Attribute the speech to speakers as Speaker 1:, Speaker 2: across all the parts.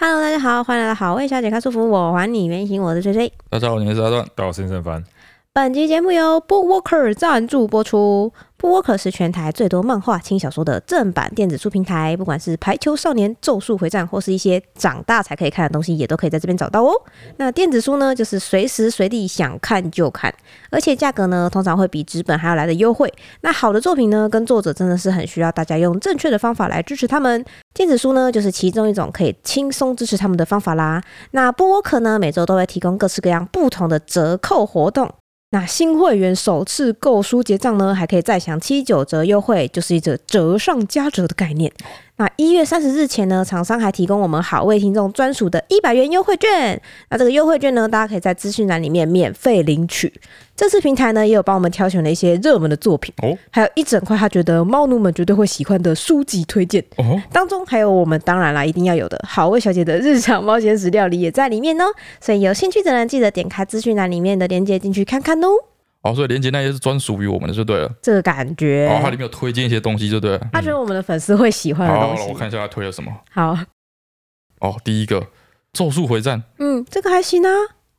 Speaker 1: Hello，大家好，欢迎来到好味小姐开束缚，我还你原形，我是 C C。
Speaker 2: 大家好，我是阿段。
Speaker 3: 到深圳翻，
Speaker 1: 本集节目由 Book Walker 赞助播出。Book Walker 是全台最多漫画、轻小说的正版电子书平台，不管是《排球少年》《咒术回战》或是一些长大才可以看的东西，也都可以在这边找到哦。那电子书呢，就是随时随地想看就看，而且价格呢通常会比纸本还要来的优惠。那好的作品呢，跟作者真的是很需要大家用正确的方法来支持他们。电子书呢，就是其中一种可以轻松支持他们的方法啦。那 Book Walker 呢，每周都会提供各式各样不同的折扣活动。那新会员首次购书结账呢，还可以再享七九折优惠，就是一折折上加折的概念。那一月三十日前呢，厂商还提供我们好味听众专属的一百元优惠券。那这个优惠券呢，大家可以在资讯栏里面免费领取。这次平台呢，也有帮我们挑选了一些热门的作品，
Speaker 3: 哦
Speaker 1: 还有一整块他觉得猫奴们绝对会喜欢的书籍推荐。
Speaker 3: 哦，
Speaker 1: 当中还有我们当然啦，一定要有的好味小姐的日常冒险史料理也在里面哦。所以有兴趣的人记得点开资讯栏里面的链接进去看看哦。
Speaker 2: 哦，所以连接那些是专属于我们的，就对了。哦
Speaker 1: 这个感觉，
Speaker 2: 然后它里面有推荐一些东西，就对了。
Speaker 1: 他觉得我们的粉丝会喜欢的
Speaker 2: 嗯好，
Speaker 1: 啊东
Speaker 2: 我
Speaker 1: 西。
Speaker 2: 看一下它推了什么。
Speaker 1: 好，
Speaker 2: 哦，第一个《咒术回战》，
Speaker 1: 嗯，这个还行啊，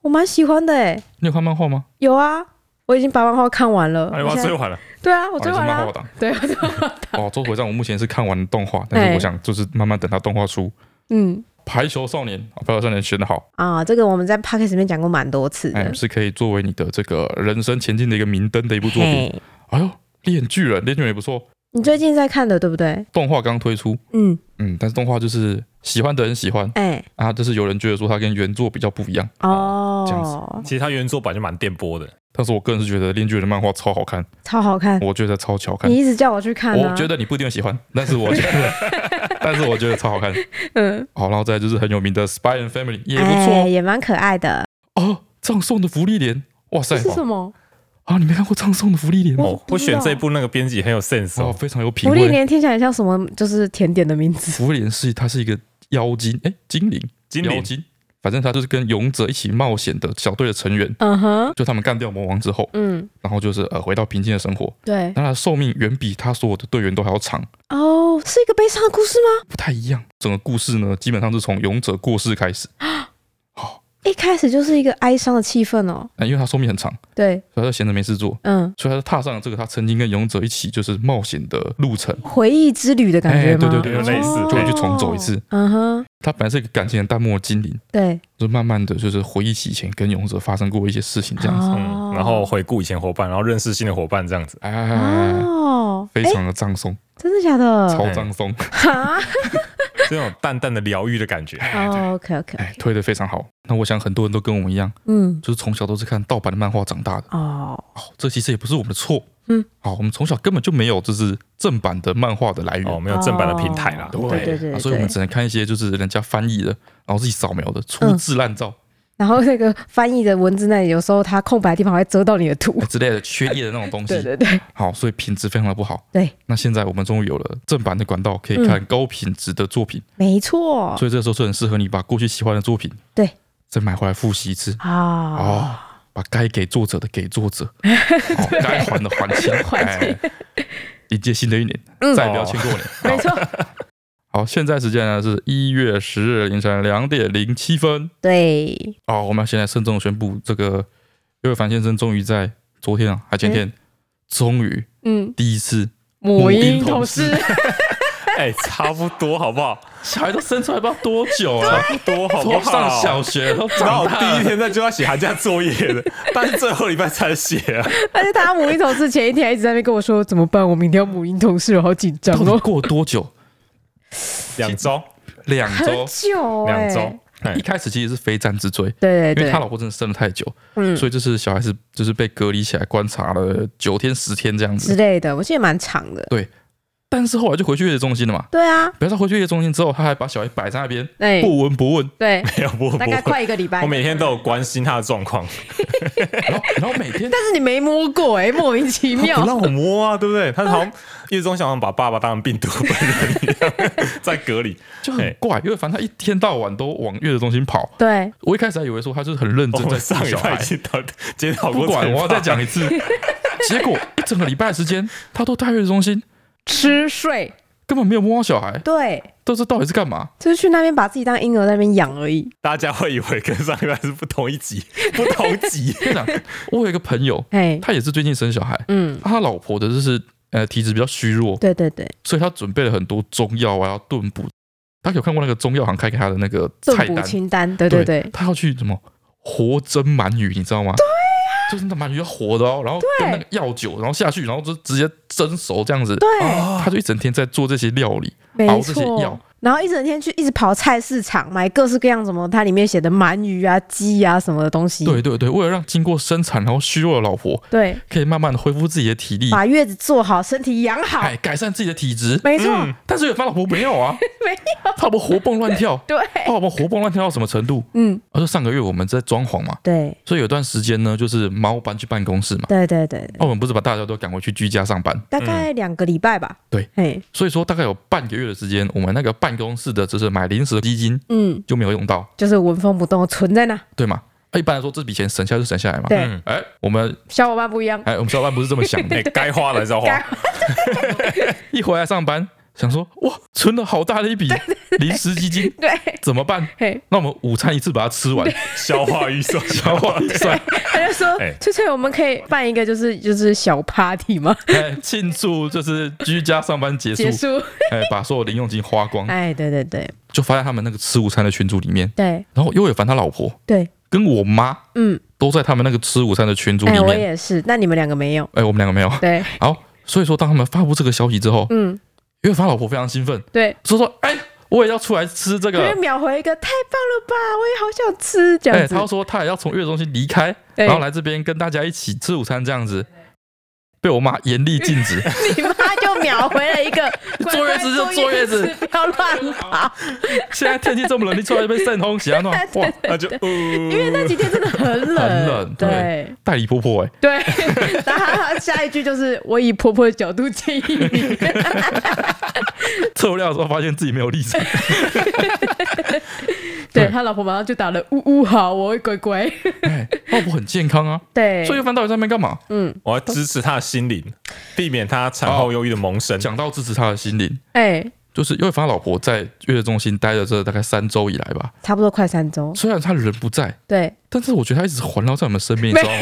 Speaker 1: 我蛮喜欢的哎。
Speaker 2: 你有看漫画吗？
Speaker 1: 有啊，我已经把漫画看完了。
Speaker 3: 哎
Speaker 1: 我
Speaker 3: 哇，
Speaker 1: 现在
Speaker 3: 最完了，
Speaker 1: 对啊，我
Speaker 2: 哦，
Speaker 1: 追
Speaker 2: 你是
Speaker 1: 完了
Speaker 2: 漫画
Speaker 1: 啊。
Speaker 2: 党。
Speaker 1: 对，我追完了。
Speaker 2: 哦，《咒术回战》我目前是看完动画，但是
Speaker 1: 哎
Speaker 2: 我想就是慢慢等它动画出。
Speaker 1: 嗯
Speaker 2: 《排球少年》哦，《排球少年》选的好，
Speaker 1: 啊，这个我们在 p o d c a s t 里面讲过蛮多次的
Speaker 2: 哎，。是可以作为你的这个人生前进的一个明灯的一部作品。
Speaker 1: 嘿，
Speaker 2: 哎呦，《炼巨人》，《炼巨人》也不错，
Speaker 1: 你最近在看的对不对？
Speaker 2: 动画刚推出，
Speaker 1: 嗯，
Speaker 2: 嗯，但是动画就是喜欢的人喜欢
Speaker 1: 哎，
Speaker 2: 啊，就是有人觉得说它跟原作比较不一样，啊这样
Speaker 1: 哦，
Speaker 3: 其实他原作版就蛮电波的，
Speaker 2: 但是我个人是觉得《炼巨人》的漫画超好看，
Speaker 1: 超好看。
Speaker 2: 我觉得超好看
Speaker 1: 你。一直叫我去看啊。
Speaker 2: 我觉得你不一定会喜欢，但是我觉得， 但是我觉得超好看。
Speaker 1: 嗯，
Speaker 2: 好，然后再来就是很有名的《Spy and Family》也不
Speaker 1: 哎，
Speaker 2: 错
Speaker 1: 也蛮可爱的。
Speaker 2: 哦。葬送的福利莲，哇塞
Speaker 1: 这是什么？
Speaker 2: 啊！你没看过《葬送的福利莲》
Speaker 1: 我
Speaker 2: 吗？
Speaker 3: 哦，
Speaker 1: 不
Speaker 3: 会
Speaker 1: 知道
Speaker 3: 选这部那个编辑很有 sense
Speaker 2: 哦，
Speaker 3: 哦，
Speaker 2: 非常有品
Speaker 1: 福利
Speaker 2: 味。
Speaker 1: 莲听起来像什么？就是甜点的名字。
Speaker 2: 福利莲是它是一个妖精，哎，精灵，
Speaker 3: 精
Speaker 2: 妖
Speaker 3: 灵
Speaker 2: 精，反正它就是跟勇者一起冒险的小队的成员。
Speaker 1: 嗯哼，
Speaker 2: 就他们干掉魔王之后，
Speaker 1: 嗯，
Speaker 2: 然后就是呃回到平静的生活。
Speaker 1: 对。
Speaker 2: 那他的寿命远比他所有的队员都还要长，
Speaker 1: 哦，是一个悲伤的故事吗？
Speaker 2: 不太一样。整个故事呢，基本上是从勇者过世开始。好、
Speaker 1: 一开始就是一个哀伤的气氛哦。
Speaker 2: 那因为他寿命很长，
Speaker 1: 对，
Speaker 2: 所以他就闲着没事做，
Speaker 1: 嗯，
Speaker 2: 所以他就踏上了这个他曾经跟勇者一起就是冒险的路程。
Speaker 1: 回忆之旅的感觉
Speaker 2: 哎
Speaker 1: 吗？
Speaker 2: 对对对
Speaker 3: 有类似
Speaker 1: 哦
Speaker 2: 就会去重走一次。
Speaker 1: 嗯哼，
Speaker 2: 他本来是一个感情很淡漠的精灵，
Speaker 1: 对，
Speaker 2: 就慢慢的就是回忆起以前跟勇者发生过一些事情这样子。
Speaker 1: 哦
Speaker 3: 嗯，然后回顾以前伙伴，然后认识新的伙伴这样 子，
Speaker 2: 哎、
Speaker 1: 哦，
Speaker 2: 非
Speaker 1: 哎
Speaker 2: 常的葬送，
Speaker 1: 真的假的？
Speaker 2: 超葬送，
Speaker 1: 哎哈
Speaker 3: 这种淡淡的疗愈的感 觉，
Speaker 1: 哦，OK OK，
Speaker 2: 哎，推的非常好。那我想很多人都跟我们一样，
Speaker 1: 嗯，
Speaker 2: 就是从小都是看盗版的漫画长大的。
Speaker 1: 哦，
Speaker 2: 哦，这其实也不是我们的错。
Speaker 1: 嗯，
Speaker 2: 好、我们从小根本就没有就是正版的漫画的来源，
Speaker 3: 哦，没有正版的平台啦，
Speaker 1: 哦对对对
Speaker 2: 啊所以我们
Speaker 1: 对
Speaker 2: 只能看一些就是人家翻译的，然后自己扫描的粗制滥造、
Speaker 1: 然后那个翻译的文字那里，有时候它空白的地方还遮到你的图
Speaker 2: 哎。之类的缺页的那种东西。
Speaker 1: 对对对
Speaker 2: 好，所以品质非常的不好。
Speaker 1: 对，嗯
Speaker 2: 那现在我们终于有了正版的管道，可以看高品质的作品，
Speaker 1: 没错
Speaker 2: 所以这时候是很适合你把过去喜欢的作品，
Speaker 1: 对，
Speaker 2: 再买回来复习一次。
Speaker 1: 啊，
Speaker 2: 哦，把该给作者的给 作者，哦，该还的还清，
Speaker 1: 还清
Speaker 2: 哎迎接新的一年，
Speaker 1: 嗯
Speaker 2: 再也不要欠过年。
Speaker 1: 没错，
Speaker 2: 好，现在时间呢是一月十日凌晨两点零七分。
Speaker 1: 对，
Speaker 2: 哦，我们要现在慎重地宣布，这个岳凡先生终于在昨天啊，还前天，终于
Speaker 1: 嗯，
Speaker 2: 第一次
Speaker 1: 母
Speaker 2: 婴
Speaker 1: 婴同
Speaker 2: 同
Speaker 1: 事
Speaker 2: 事，
Speaker 3: 哎，差不多好 不好？
Speaker 2: 小孩都生出来不知道多久了，
Speaker 3: 多好不
Speaker 2: 啊从
Speaker 3: 好？
Speaker 2: 上小学都
Speaker 3: 然后
Speaker 2: 长
Speaker 3: 我
Speaker 2: 大
Speaker 3: 第
Speaker 2: 了。
Speaker 3: 一天在就要写寒假作业 的，但是最后礼拜才写啊，
Speaker 1: 而且他母婴同事前一天还一直在那边跟我说怎么办，我明天要母婴同事了，好紧张
Speaker 2: 到底
Speaker 1: 哦。
Speaker 2: 过多久？
Speaker 3: 两周，
Speaker 2: 两 周。
Speaker 1: 久
Speaker 3: 两
Speaker 1: 欸
Speaker 3: 周，哎
Speaker 2: 一开始其实是非战之罪，
Speaker 1: 对对
Speaker 2: 因为
Speaker 1: 对
Speaker 2: 他，老婆真的生了太久，
Speaker 1: 嗯
Speaker 2: 所以就是小孩子就是被隔离起来观察了九天十天这样
Speaker 1: 之
Speaker 2: 子。
Speaker 1: 类的，我记得蛮长的。
Speaker 2: 但是后来就回去月子中心了嘛。
Speaker 1: 对啊，
Speaker 2: 不要说回去月子中心之后，他还把小孩摆在那边，
Speaker 1: 哎，
Speaker 2: 不闻不问，
Speaker 1: 对，
Speaker 3: 没有不不
Speaker 1: 大概
Speaker 3: 不，
Speaker 1: 快一个礼拜
Speaker 3: 我。每天都有关心他的状况，
Speaker 2: 然后然后每天
Speaker 1: 但是你没摸过哎，莫名其
Speaker 3: 他
Speaker 1: 妙
Speaker 3: 不。让我摸啊，对不对？他好像一直总想把爸爸当成病毒本人一 样在隔离，
Speaker 2: 就很怪，因为反正他一天到晚都往月子中心跑。
Speaker 1: 对，
Speaker 2: 我一开始还以为说他就是很认
Speaker 3: 我
Speaker 2: 真在
Speaker 3: 们
Speaker 2: 顾
Speaker 3: 哦上礼
Speaker 2: 小
Speaker 3: 拜
Speaker 2: 孩
Speaker 3: 已，经到接到过
Speaker 2: 不管
Speaker 3: 这一
Speaker 2: 我要
Speaker 3: 趴
Speaker 2: 再讲一次。结果一整个礼拜的时间，他都待月子中心，
Speaker 1: 吃睡，
Speaker 2: 根本没有摸到小孩，
Speaker 1: 对，
Speaker 2: 这这到底是干嘛？
Speaker 1: 就是去那边把自己当婴儿在那边养而已。
Speaker 3: 大家会以为跟上礼拜是不同一集，不同集。
Speaker 2: 跟你 讲，我有一个朋友，
Speaker 1: 哎，
Speaker 2: 他也是最近生小孩，
Speaker 1: 嗯，
Speaker 2: 他老婆的就是呃体质比较虚弱，
Speaker 1: 对对对，
Speaker 2: 所以他准备了很多中药啊，要炖补。他有看过那个中药行开给他的那个
Speaker 1: 炖
Speaker 2: 菜
Speaker 1: 补
Speaker 2: 单，
Speaker 1: 清单，对对啊对，
Speaker 2: 他要去什么活蒸鳗鱼，你知道吗？对就是那鳗鱼要活的哦，然后
Speaker 1: 对
Speaker 2: 跟那个药酒，然后下去，然后就直接蒸熟这样子。
Speaker 1: 对，
Speaker 3: 哦
Speaker 2: 他就一整天在做这些料理，熬
Speaker 1: 没
Speaker 2: 这些
Speaker 1: 错
Speaker 2: 药。
Speaker 1: 然后一整天去一直跑菜市场买各式各样什么，它里面写的鳗鱼啊、鸡啊什么的东西。
Speaker 2: 对对对，为了让经过生产然后虚弱的老婆
Speaker 1: 对，
Speaker 2: 可以慢慢的恢复自己的体力，
Speaker 1: 把月子做好，身体养好，
Speaker 2: 哎，改善自己的体质。
Speaker 1: 没错，
Speaker 3: 嗯
Speaker 2: 但是他老婆没有啊，
Speaker 1: 没
Speaker 2: 有，他老婆活蹦乱 跳，
Speaker 1: 对，
Speaker 2: 他老婆活蹦乱跳到什么程度？
Speaker 1: 嗯，
Speaker 2: 而且上个月我们在装潢嘛，
Speaker 1: 对
Speaker 2: 所以有段时间呢，就是猫搬去办公室嘛，
Speaker 1: 对对对，
Speaker 2: 澳门不是把大家都赶回去居家上班，
Speaker 1: 大概两个礼拜吧。
Speaker 2: 嗯对，
Speaker 1: 嘿，
Speaker 2: 所以说大概有半个月的时间，我们那个办公室的就是买零食的基金
Speaker 1: 嗯，
Speaker 2: 就没有用到，
Speaker 1: 就是纹风不动，存在那。
Speaker 2: 对吗？啊一般来说，这笔钱省下就省下来嘛。
Speaker 1: 对，
Speaker 3: 嗯
Speaker 2: 哎，我们
Speaker 1: 小伙伴不一样，
Speaker 2: 哎，我们哦小伙伴不是这么 想的
Speaker 3: 哎，，该花的还是要花
Speaker 1: 该。
Speaker 2: 一回来上班想说，哇，存了好大的一笔零食基金，
Speaker 1: 对，
Speaker 2: 怎么办？
Speaker 1: 嘿，
Speaker 2: 那我们午餐一次把它吃完，
Speaker 3: 消化预算，
Speaker 2: 消化预算，
Speaker 1: 他就说
Speaker 3: 哎，
Speaker 1: 翠翠，我们可以办一个就是就是小 party 吗？
Speaker 2: 哎，庆祝就是居家上班结束嗯
Speaker 1: 结，束，
Speaker 2: 哎，把所有零用金花光，
Speaker 1: 哎，对对对
Speaker 2: 就发现他们那个吃午餐的群组里面，
Speaker 1: 对
Speaker 2: 然后尤伟凡他老婆
Speaker 1: 对，
Speaker 2: 跟我妈
Speaker 1: 嗯，
Speaker 2: 都在他们那个吃午餐的群组
Speaker 1: 哎，
Speaker 2: 里
Speaker 1: 我
Speaker 2: 面，
Speaker 1: 也是，那你们两个没有，
Speaker 2: 哎，我们两个没有。
Speaker 1: 对，
Speaker 2: 好，所以说当他们发布这个消息之后，
Speaker 1: 嗯，
Speaker 2: 尤伟凡老婆非常兴奋，
Speaker 1: 对。
Speaker 2: 说说，哎，我也要出来吃这
Speaker 1: 因为
Speaker 2: 个。
Speaker 1: 秒回一个太棒了吧！我也好想吃这
Speaker 2: 哎，
Speaker 1: 样子
Speaker 2: 他，又说他也要从月中心离开，
Speaker 1: 哎
Speaker 2: 然后来这边跟大家一起吃午餐这样子，被我妈严厉禁 止。
Speaker 1: 你妈就秒回了一 个
Speaker 2: 坐月子就坐月子，
Speaker 1: 乖乖坐不要乱跑。
Speaker 2: 现在天气这么冷，你出来被晒通，喜欢吗？ 哇，
Speaker 3: 那就呃因
Speaker 1: 因为那几天真的很冷，
Speaker 2: 很冷
Speaker 1: 对
Speaker 2: 代理婆婆哎、
Speaker 1: 对。然后他下一句就是我以婆婆的角度建 议你，
Speaker 2: 测料的时候发现自己没有立 场，
Speaker 1: 对
Speaker 2: 对
Speaker 1: 他老婆马上就打了呜呜好，我会乖乖。
Speaker 2: 哎，老婆很健康啊，
Speaker 1: 对，
Speaker 2: 所以翻到底在那边干嘛？
Speaker 1: 嗯，
Speaker 3: 我要支持他的心灵，避免他产后忧郁的萌生。
Speaker 2: 哦讲到支持他的心灵，
Speaker 1: 哎，
Speaker 2: 就是因为凡老婆在月子中心待了这大概三周以来吧，
Speaker 1: 差不多快三周，
Speaker 2: 虽然她人不在，
Speaker 1: 对，
Speaker 2: 但是我觉得她一直环绕在我们身边，你知道吗？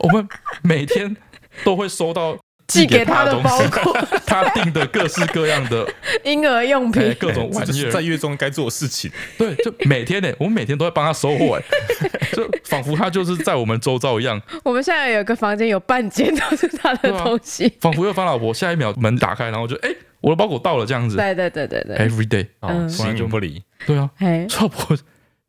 Speaker 2: 我们每天都会收到
Speaker 1: 寄
Speaker 2: 给
Speaker 1: 给他
Speaker 2: 的
Speaker 1: 的
Speaker 2: 东
Speaker 1: 包
Speaker 2: 西，
Speaker 1: 裹、
Speaker 2: 她订的各式各样的
Speaker 1: 婴儿用
Speaker 2: 哎
Speaker 1: 品，
Speaker 2: 各 种玩
Speaker 3: 这就
Speaker 2: 意
Speaker 3: 是在
Speaker 2: 儿，
Speaker 3: 月中该做的事情。
Speaker 2: 对，就每天呢、我们每天都在帮她收获、哎， 就仿佛她就是在我们周遭一样，
Speaker 1: 我们现在有个房间有半间都是他的
Speaker 2: 对啊
Speaker 1: 东西。
Speaker 2: 仿佛又翻老婆，下一秒门打开，然后就哎、我的包裹到了这样子
Speaker 1: 对对对对对，
Speaker 2: ，every day，
Speaker 3: 哦，
Speaker 1: 嗯
Speaker 3: 形影不离，
Speaker 2: 对啊，
Speaker 1: 哎，
Speaker 2: 老婆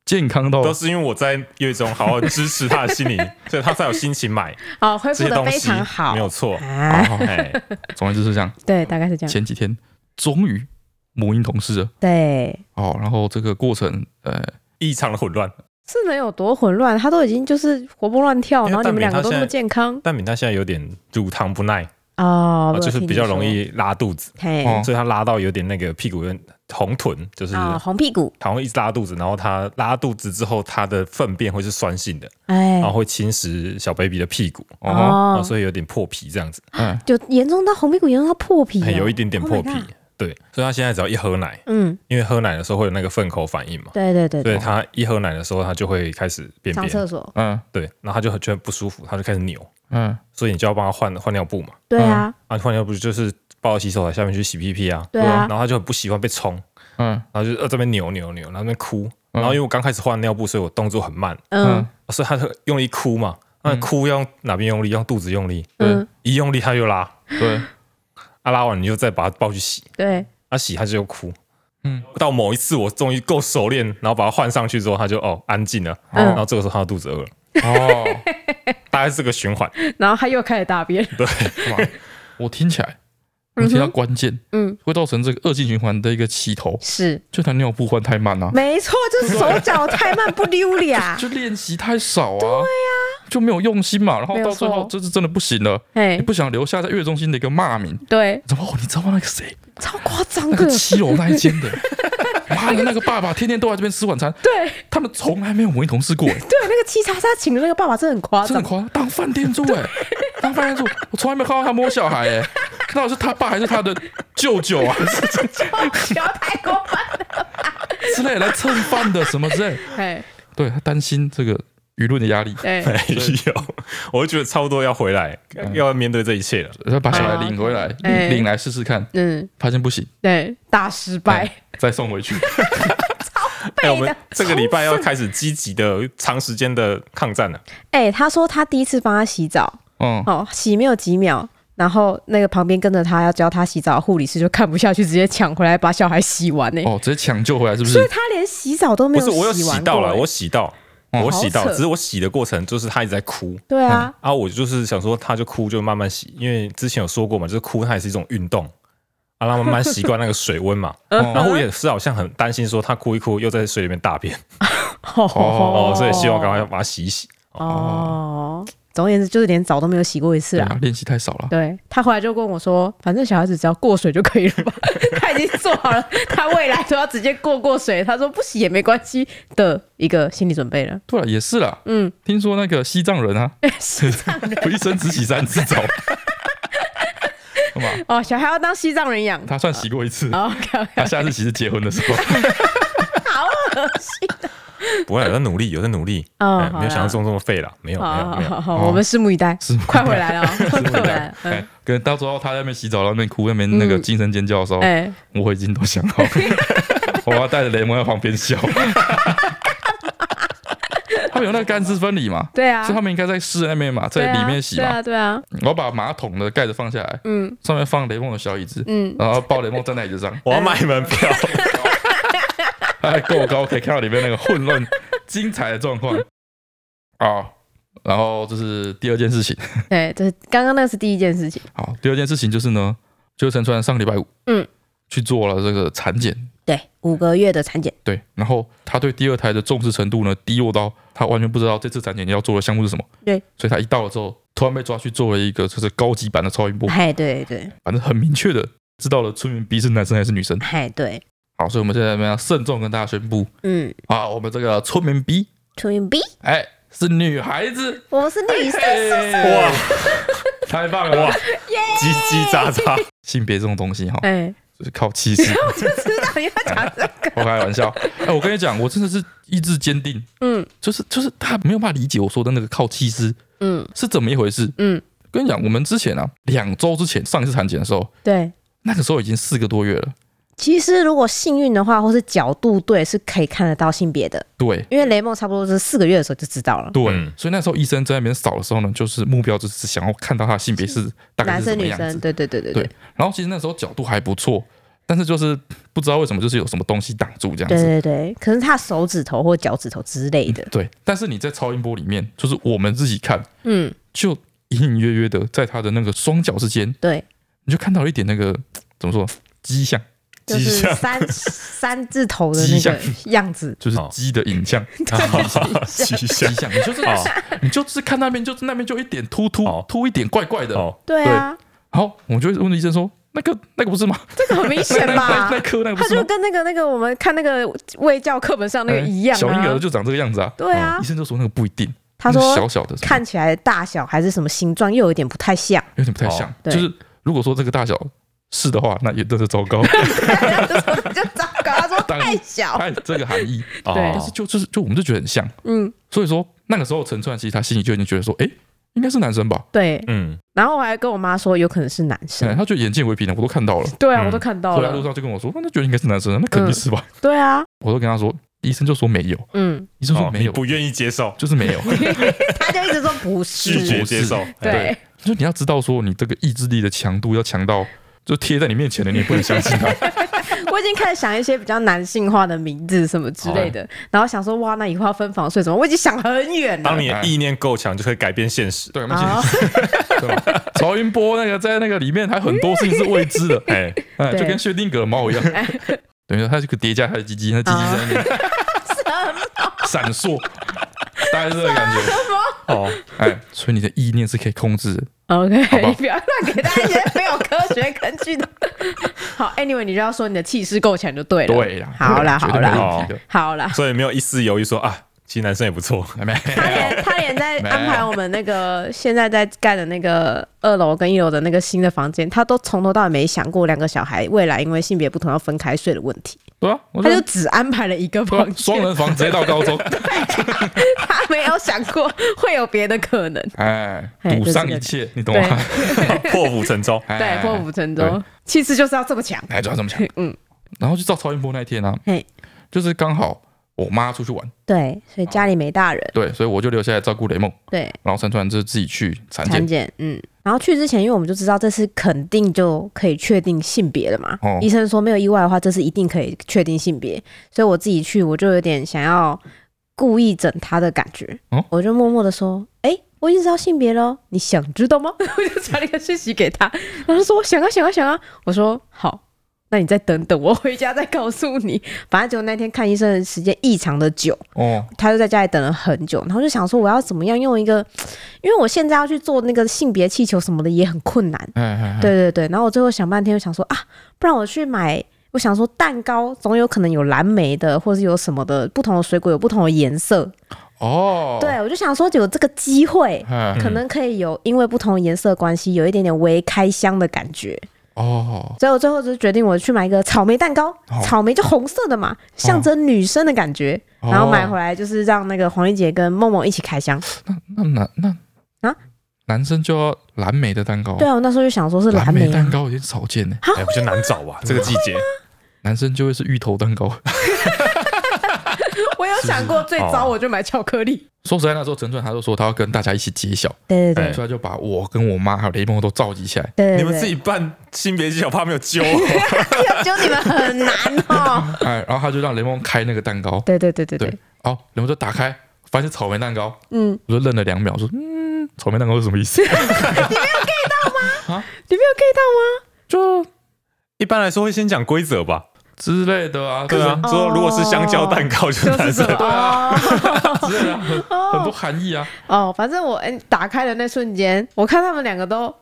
Speaker 2: 健康到
Speaker 3: 都是因为我在月中好好支持他的心灵，所以他才有心情买
Speaker 1: 好，恢
Speaker 3: 这
Speaker 1: 复
Speaker 3: 些
Speaker 1: 的
Speaker 3: 东
Speaker 1: 非
Speaker 3: 西
Speaker 1: 常，好
Speaker 3: 没，有错。
Speaker 1: 啊，
Speaker 2: 好
Speaker 3: 哎，
Speaker 2: 总而言之是这样。
Speaker 1: 对，大概是这样，
Speaker 2: 前几天终于母婴同事了
Speaker 1: 对。
Speaker 2: 哦，然后这个过程呃，
Speaker 3: 异常的混乱。
Speaker 1: 是能有多混乱？他都已经就是活蹦乱跳，
Speaker 3: 因为
Speaker 1: 然后你们两个都那么
Speaker 3: 蛋饼他现在
Speaker 1: 健康
Speaker 3: 但敏他现在有点乳糖不耐，
Speaker 1: 哦
Speaker 3: 啊，就是比较容
Speaker 1: 我有听你
Speaker 3: 易拉肚子，
Speaker 1: 说嘿
Speaker 2: 哦
Speaker 3: 嗯所以他拉到有点那个屁股有点红臀，就是
Speaker 1: 啊、红屁股
Speaker 3: 好像一直拉肚子，然后他拉肚子之后，他的粪便会是酸性的，
Speaker 1: 哎
Speaker 3: 然后会侵蚀小 baby 的屁股，
Speaker 2: 哦，
Speaker 3: 啊，哦所以有点破皮这样子，
Speaker 2: 哎，
Speaker 1: 就严重到红屁股严重到破皮、哦，
Speaker 3: 哎还有一点点
Speaker 1: Oh my
Speaker 3: 破皮
Speaker 1: god。
Speaker 3: 对，所以他现在只要一喝奶，
Speaker 1: 嗯，
Speaker 3: 因为喝奶的时候会有那个粪口反应嘛，
Speaker 1: 对对对
Speaker 3: 所以，他一喝奶的时候，他就会开始便
Speaker 1: 上
Speaker 3: 便
Speaker 1: 厕，所，
Speaker 2: 嗯
Speaker 3: 对，然后他就很觉得不舒服，他就开始扭，
Speaker 2: 嗯，
Speaker 3: 所以你就要帮他换换尿布嘛，
Speaker 1: 对啊，
Speaker 3: 啊，换尿布就是抱到洗手台下面去洗屁屁啊，
Speaker 1: 对啊
Speaker 3: 然后他就很不喜欢被冲，
Speaker 2: 嗯
Speaker 3: 然后就呃这边扭扭扭，然后那边哭，然后因为我刚开始换尿布，所以我动作很慢，
Speaker 1: 嗯
Speaker 3: 所以他就用力哭嘛，那哭要用哪边用力？用肚子用力，
Speaker 1: 嗯，
Speaker 3: 一用力他就拉，
Speaker 2: 对，
Speaker 3: 啊拉完你就再把他抱去洗，
Speaker 1: 对，
Speaker 3: 啊洗他就又哭，
Speaker 2: 嗯，
Speaker 3: 到某一次我终于够熟练，然后把他换上去之后，他就哦安静了，
Speaker 1: 嗯
Speaker 3: 然后这个时候他的肚子饿了，
Speaker 2: 哦，
Speaker 3: 大概是这个循环，
Speaker 1: 然后他又开始大 便，
Speaker 2: 哇，我听起来，我听到关键
Speaker 1: 嗯，
Speaker 2: 会造成这个恶性循环的一个起头，
Speaker 1: 是
Speaker 2: 就他尿布换太慢啊，
Speaker 1: 没错，就是手脚太慢不溜 俩，
Speaker 2: 就练习太少啊，对呀，就没有用心嘛，然后
Speaker 1: 没有
Speaker 2: 到最后
Speaker 1: 错
Speaker 2: 这是真的不行了，
Speaker 1: 哎
Speaker 2: 你，不想留下在月中心的一个骂名。
Speaker 1: 对，
Speaker 2: 怎么？哦你知道吗？那 个谁，
Speaker 1: 超夸张
Speaker 2: 那
Speaker 1: 的
Speaker 2: 个，七楼那一间的，妈的，那个爸爸天天都来这边吃晚餐，
Speaker 1: 对
Speaker 2: 他们从来没有母婴同事过，哎
Speaker 1: 对，那个七叉叉请的那 个爸爸真的很夸
Speaker 2: 真的
Speaker 1: 张
Speaker 2: 很，夸张，当饭店住哎、当饭店住，我从来没有看到他摸小孩哎、到底是他爸还是他的舅舅啊
Speaker 1: 不要太过分。
Speaker 2: 之类来蹭饭的什么之类？
Speaker 1: 哎
Speaker 2: 对他担心这个舆论的压力，
Speaker 1: 哎，
Speaker 3: 没有，我就觉得差不多要回来，要面对这一切了。
Speaker 2: 他把小孩领回来，
Speaker 1: 哎
Speaker 2: 领来试试看，
Speaker 1: 嗯，
Speaker 2: 发现不行，
Speaker 1: 对，大失败。
Speaker 2: 哎再送 回去。
Speaker 3: 哎，我们这个礼拜要开始积极的、长时间的抗战了。
Speaker 1: 哎，他说他第一次帮他洗澡，
Speaker 2: 嗯，
Speaker 1: 哦，洗没有几秒。然后那个旁边跟着他要教他洗澡的护理师就看不下去，直接抢回来把小孩洗完呢、
Speaker 2: 哦，直接抢救回来是不
Speaker 1: 所以
Speaker 2: 是？
Speaker 1: 他连洗澡都没
Speaker 3: 不是，我有
Speaker 1: 洗完
Speaker 3: 洗到
Speaker 1: 过
Speaker 3: 了，
Speaker 1: 哎
Speaker 3: 我洗到，
Speaker 2: 哦
Speaker 3: 我洗到
Speaker 1: 好，扯
Speaker 3: 只是我洗的过程就是他一直在哭。
Speaker 1: 对啊，
Speaker 3: 啊，我就是想说，他就哭就慢慢洗，因为之前有说过嘛，就是哭它也是一种运动，啊，让它慢慢习惯那个水温嘛。
Speaker 1: 嗯
Speaker 3: 然
Speaker 2: 哦
Speaker 3: 后我也是好像很担心说他哭一哭又在水里面大便，
Speaker 1: 哦
Speaker 3: 哦，所以希望赶快把它洗一洗。
Speaker 1: 哦。总而言之，就是连澡都没有洗过一次
Speaker 2: 对
Speaker 1: 啊
Speaker 2: 啊。，练习太少了。
Speaker 1: 对他回来就跟我说，反正小孩子只要过水就可以了吧？ 他已经做好了，他未来都要直接过过水。他说不洗也没关系的一个心理准备了。
Speaker 2: 对了，啊也是啦。
Speaker 1: 嗯，
Speaker 2: 听说那个西藏人啊，
Speaker 1: 西藏 人
Speaker 2: 一生只洗三 次澡，干嘛？
Speaker 1: 哦，小孩要当西藏人养。
Speaker 2: 他算洗过一次，
Speaker 1: 哦 OK OK，
Speaker 2: 他下次洗是结婚的时 候。
Speaker 1: 好恶心。
Speaker 3: 不会啦，有在努力，有在努力，
Speaker 1: 哦
Speaker 3: 哎
Speaker 1: 好
Speaker 3: 没有想
Speaker 1: 啦
Speaker 3: 象中这么废啦，
Speaker 2: 哦
Speaker 3: 没有，没
Speaker 1: 好
Speaker 3: 有，没有。
Speaker 1: 好好，我们拭目以待
Speaker 2: 拭目以待，
Speaker 1: 快回来了哦，快回来了。嗯
Speaker 2: 哎，跟到时候他在那边洗澡，在那边哭，在那边那个惊声尖叫的时候，
Speaker 1: 哎，
Speaker 2: 我已经都想 好，我要带着雷蒙在旁边笑。他们有那个干湿分离嘛，
Speaker 1: 对啊
Speaker 2: 所以，他们应该在室那边嘛，
Speaker 1: 对
Speaker 2: 在
Speaker 1: 啊
Speaker 2: 里面洗
Speaker 1: 对
Speaker 2: 嘛。
Speaker 1: 啊，对 啊，
Speaker 2: 我把马桶的盖子放下来，
Speaker 1: 嗯
Speaker 2: 上面放雷蒙的小椅子，
Speaker 1: 嗯，
Speaker 2: 然后抱雷蒙站在椅子上，
Speaker 3: 我要买门 票，
Speaker 2: 它还够高，可以看到里面那个混乱精彩的状况 啊。然后这是第二件事情，
Speaker 1: 对，这是刚刚那是第一件事情。
Speaker 2: 好，第二件事情就是呢，就是陈川上礼拜五，
Speaker 1: 嗯，
Speaker 2: 去做了这个产检，
Speaker 1: 对，五个月的产检，
Speaker 2: 对，然后他对第二胎的重视程度呢，低落到他完全不知道这次产检要做的项目是什么，
Speaker 1: 对，
Speaker 2: 所以他一到了之后，突然被抓去做了一个就是高级版的超音波，
Speaker 1: 嗨，对对，
Speaker 2: 反正很明确的知道了村民 B 是男生还是女生。
Speaker 1: 嗨，对，
Speaker 2: 好，所以我们现在我们要慎重跟大家宣布
Speaker 1: 嗯，
Speaker 2: 啊，我们这个村民 B，
Speaker 1: 春运 B，
Speaker 2: 哎，是女孩子，
Speaker 1: 我们是女生，
Speaker 2: 嘿
Speaker 3: 哇，
Speaker 2: 太 棒了！哇，
Speaker 3: 叽叽喳喳，
Speaker 2: 性别这种东西哈，
Speaker 1: 哎，
Speaker 2: 就是靠气势。
Speaker 1: 我就知道你要讲这个，
Speaker 2: 我开玩笑，哎、我跟你讲，我真的是意志坚定，
Speaker 1: 嗯
Speaker 2: 就是就是他没有办法理解我说的那个靠气势
Speaker 1: 嗯
Speaker 2: 是怎么一回事。
Speaker 1: 嗯，
Speaker 2: 跟你讲，我们之前啊，两周之前上一次产检的时候，
Speaker 1: 对。
Speaker 2: 那个时候已经四个多月了。
Speaker 1: 其实，如果幸运的话，或是角度对，是可以看得到性别的，
Speaker 2: 对
Speaker 1: 因为雷蒙差不多是四个月的时候就知道了，
Speaker 2: 对，
Speaker 3: 嗯
Speaker 2: 所以那时候医生在那边扫的时候呢，就是目标就是想要看到他的性别是大概
Speaker 1: 男
Speaker 2: 是什
Speaker 1: 生
Speaker 2: 么
Speaker 1: 女
Speaker 2: 样
Speaker 1: 生，
Speaker 2: 子。
Speaker 1: 对对对对
Speaker 2: 对
Speaker 1: 对
Speaker 2: 然后其实那时候角度还不错，但是就是不知道为什么就是有什么东西挡住这样
Speaker 1: 对
Speaker 2: 子。
Speaker 1: 对对，可能是他手指头或脚趾头之类的，
Speaker 2: 对，但是你在超音波里面，就是我们自己看，
Speaker 1: 嗯，
Speaker 2: 就隐隐约约的在他的那个双脚之间，
Speaker 1: 对，
Speaker 2: 你就看到一点那个怎么说鸡像，
Speaker 1: 就
Speaker 3: 迹
Speaker 1: 是
Speaker 3: 象
Speaker 1: 三三字头的那
Speaker 2: 迹象
Speaker 1: 个样子，
Speaker 2: 就是
Speaker 3: 哦
Speaker 2: 鸡的影 像，
Speaker 3: 迹
Speaker 2: 鸡
Speaker 3: 象
Speaker 2: 像，你就是
Speaker 3: 哦
Speaker 2: 你就是看那边，就是那边就一点突突
Speaker 3: 哦
Speaker 2: 突一点怪怪的。
Speaker 3: 哦，
Speaker 1: 对啊，
Speaker 2: 好，我就问医生说，那个那个不是吗？
Speaker 1: 这个很明
Speaker 2: 那
Speaker 1: 显
Speaker 2: 那
Speaker 1: 吧
Speaker 2: 那？那颗那个不
Speaker 1: 他
Speaker 2: 是
Speaker 1: 就
Speaker 2: 吗？
Speaker 1: 跟那个那个我们看那个卫教课本上那个
Speaker 2: 哎
Speaker 1: 一样、啊
Speaker 2: 小婴儿就长这个样子啊。
Speaker 1: 对啊
Speaker 2: 医，生就说那个不一定，
Speaker 1: 他
Speaker 2: 那个小
Speaker 1: 说
Speaker 2: 小的什么
Speaker 1: 看起来大小还是什么形状又有点不太像，
Speaker 2: 有点不太像
Speaker 3: 哦，
Speaker 1: 对
Speaker 2: 就是如果说这个大小是的话，那也真是糟 糕。
Speaker 1: 他就说就糟糕，他说
Speaker 2: 当然
Speaker 1: 太小，
Speaker 2: 哎，这个含义，
Speaker 3: 哦
Speaker 1: 对
Speaker 2: 但是就就是就我们就觉得很像，
Speaker 1: 嗯，
Speaker 2: 所以说那个时候陈川其实他心里就已经觉得说，哎，应该是男生吧？
Speaker 1: 对。
Speaker 3: 嗯，
Speaker 1: 然后我还跟我妈说有可能是男
Speaker 2: 哎，
Speaker 1: 生，
Speaker 2: 他就眼见为凭了，我都看到了。
Speaker 1: 对啊，
Speaker 3: 嗯
Speaker 1: 我都看到
Speaker 2: 后来路
Speaker 1: 了，
Speaker 2: 上就跟我说，那就觉得应该是男生啊，那肯定是吧？
Speaker 1: 对啊，
Speaker 2: 我都跟他说，医生就说没有，
Speaker 1: 嗯，
Speaker 2: 医生说
Speaker 3: 哦
Speaker 2: 没有，
Speaker 3: 你不愿意接受，
Speaker 2: 就是没有。
Speaker 1: 他就一直说不
Speaker 3: 拒绝
Speaker 1: 是，
Speaker 3: 接受，
Speaker 1: 对，
Speaker 3: 哎
Speaker 2: 就你要知道说，你这个意志力的强度要强到，就贴在你面前的，你也不能相 信他。
Speaker 1: 我已经开始想一些比较男性化的名字什么之类的，然后想说哇，那以后要分房睡什么，我已经想很远了
Speaker 3: 当。你的意念够强，就可以改变现实。
Speaker 2: 对，我们现
Speaker 1: 啊，
Speaker 2: 在 对吧曹云波那个在那个里面还很多事情是未知的，
Speaker 3: 哎，
Speaker 2: 哎，就
Speaker 1: 对
Speaker 2: 跟薛定谔的猫 一样，等于说他就可以叠加他的鸡鸡，他鸡鸡在那边
Speaker 1: 啊
Speaker 2: 闪 烁，大概是这个感觉。
Speaker 3: 哦，
Speaker 2: 哎，所以你的意念是可以控制的。
Speaker 1: OK，
Speaker 2: 吧
Speaker 1: 你不要乱给大家一些没有科学根据的。 好，Anyway，你就要说你的气势够强就对了。
Speaker 2: 对啦，
Speaker 1: 好啦
Speaker 2: 绝
Speaker 1: 好啦
Speaker 2: 没问题的。
Speaker 1: 好啦，
Speaker 3: 所以没有一丝犹豫说啊，其实男生也不错，
Speaker 2: 没
Speaker 1: 他连他连在安排我们那个现在在盖的那个二楼跟一楼的那个新的房间，他都从头到尾没想过两个小孩未来因为性别不同要分开睡的问题，
Speaker 2: 对啊，我
Speaker 1: 他
Speaker 2: 觉
Speaker 1: 就
Speaker 2: 得
Speaker 1: 只安排了一个
Speaker 2: 对啊
Speaker 1: 房
Speaker 2: 双
Speaker 1: 间，
Speaker 2: 人房直接到高中，
Speaker 1: 他没有想过会有别的可能。
Speaker 2: 哎，
Speaker 1: 哎
Speaker 2: 赌
Speaker 1: 就是
Speaker 2: 上
Speaker 1: 这
Speaker 2: 一
Speaker 1: 个
Speaker 2: 切，你懂
Speaker 1: 对
Speaker 2: 吗？
Speaker 3: 破釜沉舟。
Speaker 2: 哎
Speaker 1: 对，破釜沉
Speaker 2: 对
Speaker 1: 舟，气势就是要这么强。
Speaker 2: 哎，主要这么想，
Speaker 1: 嗯，
Speaker 2: 然后就照超音波那一天啊
Speaker 4: 嘿，
Speaker 2: 就是刚好我妈出去玩，
Speaker 4: 对，所以家里没大人，
Speaker 2: 对，所以我就留下来照顾雷梦，
Speaker 4: 对，
Speaker 2: 然后三川就自己去产
Speaker 4: 产
Speaker 2: 检，
Speaker 4: 检，嗯。然后去之前，因为我们就知道这次肯定就可以确定性别了嘛。
Speaker 2: 哦
Speaker 4: 医生说没有意外的话，这次一定可以确定性别，所以我自己去，我就有点想要故意整他的感觉。
Speaker 2: 哦
Speaker 4: 我就默默的说：“哎、我已经知道性别了，你想知道吗？” 我就传了一个讯息给他， 然后他说：“我想啊，想啊，想啊。”我说：“好，那你再等等，我回家再告诉你。”反正结果那天看医生的时间异常的久，
Speaker 2: 哦，
Speaker 4: 他就在家里等了很久，然后就想说我要怎么样用一个，因为我现在要去做那个性别气球什么的也很困难，
Speaker 2: 哎哎，哎，
Speaker 4: 对对对，然后我最后想半天，我想说啊，不然我去买，我想说蛋糕总有可能有蓝莓的，或是有什么的不同的水果有不同的颜色，
Speaker 2: 哦，
Speaker 4: 对我就想说有这个机会。
Speaker 2: 哎，
Speaker 4: 可能可以有，因为不同的颜色的关系，有一点点微开箱的感觉，
Speaker 2: 哦，
Speaker 4: 所以我最后就是决定我去买一个草莓蛋糕，
Speaker 2: 哦
Speaker 4: 草莓就红色的嘛，象征女生的感觉，
Speaker 2: 哦
Speaker 4: 然后买回来就是让那个黄奕杰跟梦梦一起开箱。
Speaker 2: 那男那
Speaker 4: 啊，
Speaker 2: 男生就要蓝莓的蛋糕，
Speaker 4: 对啊，我那时候就想说是
Speaker 2: 蓝莓
Speaker 4: 莓啊
Speaker 2: 蛋，糕有点少见呢，
Speaker 3: 哎，比较难找吧？这个季节，
Speaker 2: 男生就会是芋头蛋糕。
Speaker 1: 我有想过，最
Speaker 3: 哦
Speaker 1: 早我就买巧克力。
Speaker 2: 说实在，那时候陈传他就说他要跟大家一起揭晓，
Speaker 4: 对对对
Speaker 3: 哎
Speaker 2: 所以他就把我跟我妈还有雷蒙都召集起来。
Speaker 4: 对对对，
Speaker 3: 你们自己办性别小怕没有揪哦
Speaker 1: 要揪你们很难哦。
Speaker 2: 哎，然后他就让雷蒙开那个蛋糕，
Speaker 4: 对对对对
Speaker 2: 对
Speaker 4: 对，，
Speaker 2: 哦，雷蒙就打开，发现是草莓蛋糕，
Speaker 1: 嗯，
Speaker 2: 我就愣了两秒，说嗯，草莓蛋糕是什么意思？
Speaker 1: 你没有 get 到吗？
Speaker 2: 就
Speaker 3: 一般来说会先讲规则吧？
Speaker 2: 之类的啊，
Speaker 3: 对啊，
Speaker 1: 哦
Speaker 3: 说如果是香蕉蛋糕就是
Speaker 1: 就
Speaker 3: 男
Speaker 1: 是
Speaker 3: 生
Speaker 1: 什，么？
Speaker 2: 就是之类的啊，很很多含义啊。
Speaker 1: 哦，反正我哎、打开的那瞬间，我看他们两个都，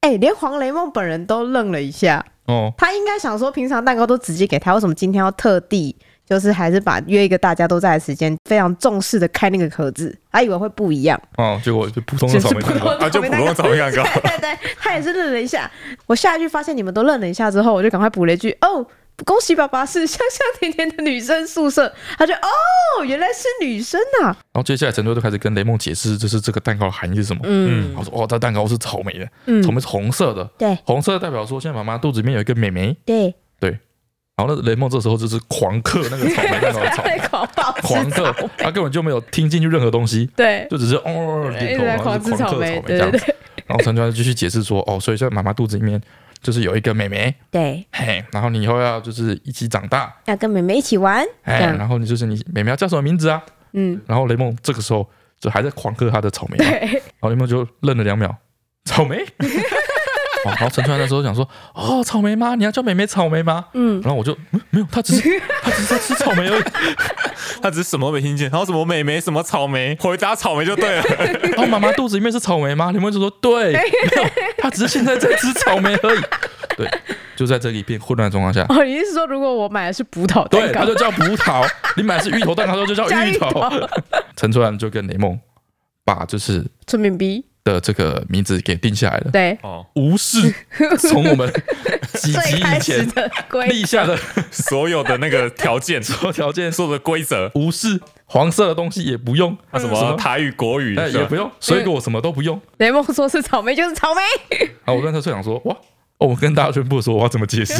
Speaker 1: 哎、连黄雷梦本人都愣了一下。
Speaker 2: 哦，
Speaker 1: 他应该想说，平常蛋糕都直接给他，为什么今天要特地就是还是把约一个大家都在的时间，非常重视的开那个壳子，他以为会不一样。
Speaker 2: 哦，结果就普通的草莓蛋糕，
Speaker 3: 啊，就普通草莓蛋糕。
Speaker 1: 对对对，他也是愣了一下。我下一句发现你们都愣了一下之后，我就赶快补了一句：“哦，恭喜爸爸是香香甜甜的女生宿舍。”他就哦，原来是女生呐、
Speaker 2: 然后接下来陈卓就开始跟雷梦解释，就是这个蛋糕的含义是什么。
Speaker 3: 嗯
Speaker 2: 他说：“哦，这蛋糕是草莓的，
Speaker 4: 嗯
Speaker 2: 草莓是红色的，
Speaker 4: 对
Speaker 2: 红色代表说现在妈妈肚子里面有一个妹妹。
Speaker 4: 对，
Speaker 2: 然后那雷梦这时候就是狂嗑那个草莓蛋糕 的草莓，
Speaker 1: 在狂暴吃
Speaker 2: 狂嗑
Speaker 1: 草莓，
Speaker 2: 他根本就没有听进去任何东西，
Speaker 1: 对，
Speaker 2: 就只是哦
Speaker 1: 一直
Speaker 2: 点头，
Speaker 1: 在
Speaker 2: 然后
Speaker 1: 狂
Speaker 2: 就
Speaker 1: 吃
Speaker 2: 是狂
Speaker 1: 草
Speaker 2: 嗑草
Speaker 1: 莓
Speaker 2: 莓，
Speaker 1: 对对
Speaker 2: 这样。
Speaker 1: 对，
Speaker 2: 然后陈川就继续解释说：哦，所以现在妈妈肚子里面就是有一个妹妹，
Speaker 4: 对，
Speaker 2: 嘿，然后你以后要就是一起长大，
Speaker 4: 要跟妹妹一起玩，
Speaker 2: 哎，
Speaker 4: 这样
Speaker 2: 然后你就是你妹妹要叫什么名字啊？
Speaker 1: 嗯，
Speaker 2: 然后雷梦这个时候就还在狂嗑他的草莓嘛，
Speaker 1: 对，
Speaker 2: 然后雷梦就愣了两秒， 草莓。哦、然后陈川那时候想说，哦，草莓吗？你要叫妹妹草莓吗？
Speaker 4: 嗯，
Speaker 2: 然后我就、嗯、没有，他 只是他只是在吃草莓而已。
Speaker 3: 他只是什么没听见，然后什么美眉什么草莓，回答草莓就对了。
Speaker 2: 哦，妈妈肚子里面是草莓吗？雷梦就说对，没有，他只是现在在吃草莓而已。对，就在这一片混乱的状况下，
Speaker 1: 哦，你是说如果我买的是葡萄蛋
Speaker 2: 对，
Speaker 1: 糕
Speaker 2: 他，就叫葡萄，你买的是芋头蛋糕，他就叫
Speaker 1: 加
Speaker 2: 芋头。 陈川就跟雷梦把就是
Speaker 1: 村民 B，
Speaker 2: 的这个名字给定下来了，
Speaker 1: 对，
Speaker 3: 哦，
Speaker 2: 无视从我们几集
Speaker 1: 最开
Speaker 2: 以
Speaker 1: 始
Speaker 2: 前
Speaker 1: 的规，
Speaker 2: 立下的
Speaker 3: 所有的那个条件，
Speaker 2: 所有条件，
Speaker 3: 所有的规则，
Speaker 2: 无视黄色的东西也不用，
Speaker 3: 啊，什么台语、国语
Speaker 2: 嗯哎
Speaker 3: 是
Speaker 2: 也
Speaker 3: 吧
Speaker 2: 不用，水果什么都不用。
Speaker 1: 雷梦说是草莓就是草莓，
Speaker 2: 然后我跟他就想说，哇，哦我跟大家宣布说我要怎么 解释，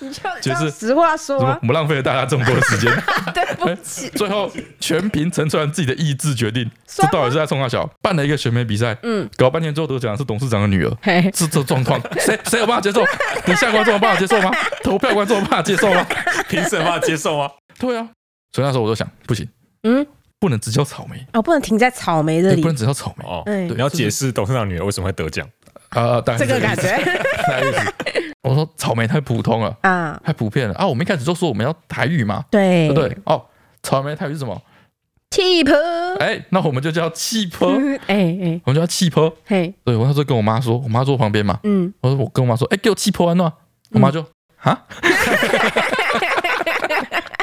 Speaker 1: 你就
Speaker 2: 就
Speaker 1: 这
Speaker 2: 是
Speaker 1: 样实话说
Speaker 2: 怎么
Speaker 1: 啊，
Speaker 2: 我们浪费了大家这么多的 时间。哎
Speaker 1: 对不起，
Speaker 2: 最后全凭陈川自己的意志决定，这到底是在冲大小办了一个选美比赛，嗯，搞半天最后得奖的是董事长的女儿。
Speaker 1: 嘿，
Speaker 2: 这这状 况，谁谁有办法接受？你下观众有办法接受吗？投票观众有办法接 受吗？
Speaker 3: 评审法接受吗？
Speaker 2: 对啊，所以那时候我就想，不行，
Speaker 4: 嗯，
Speaker 2: 不能只叫草莓，
Speaker 4: 哦，不能停在草莓这
Speaker 2: 对，
Speaker 4: 里
Speaker 2: 不，能只叫草莓。
Speaker 3: 哦，
Speaker 4: 哎
Speaker 2: 对
Speaker 3: 你要解释董事长女儿为什么会得奖，
Speaker 2: 啊，大概
Speaker 1: 这
Speaker 2: 是
Speaker 1: 个
Speaker 2: 意
Speaker 1: 感
Speaker 2: 思，
Speaker 1: 觉，
Speaker 2: 大概意思。 我说草莓太普通了，
Speaker 4: 啊，
Speaker 2: 太普遍了啊！我们一开始就说我们要台语嘛，
Speaker 4: 对
Speaker 2: 对不对？哦，草莓台语是什么？
Speaker 1: 气泡，
Speaker 2: 哎，那我们就叫气泡，我
Speaker 1: 哎哎
Speaker 2: 们就叫气泡。
Speaker 1: 嘿，
Speaker 2: 对，我那时候跟我妈说，我妈坐我旁边嘛，
Speaker 4: 嗯，
Speaker 2: 我说我跟我妈说，哎、给我气泡安诺，嗯 我妈就啊，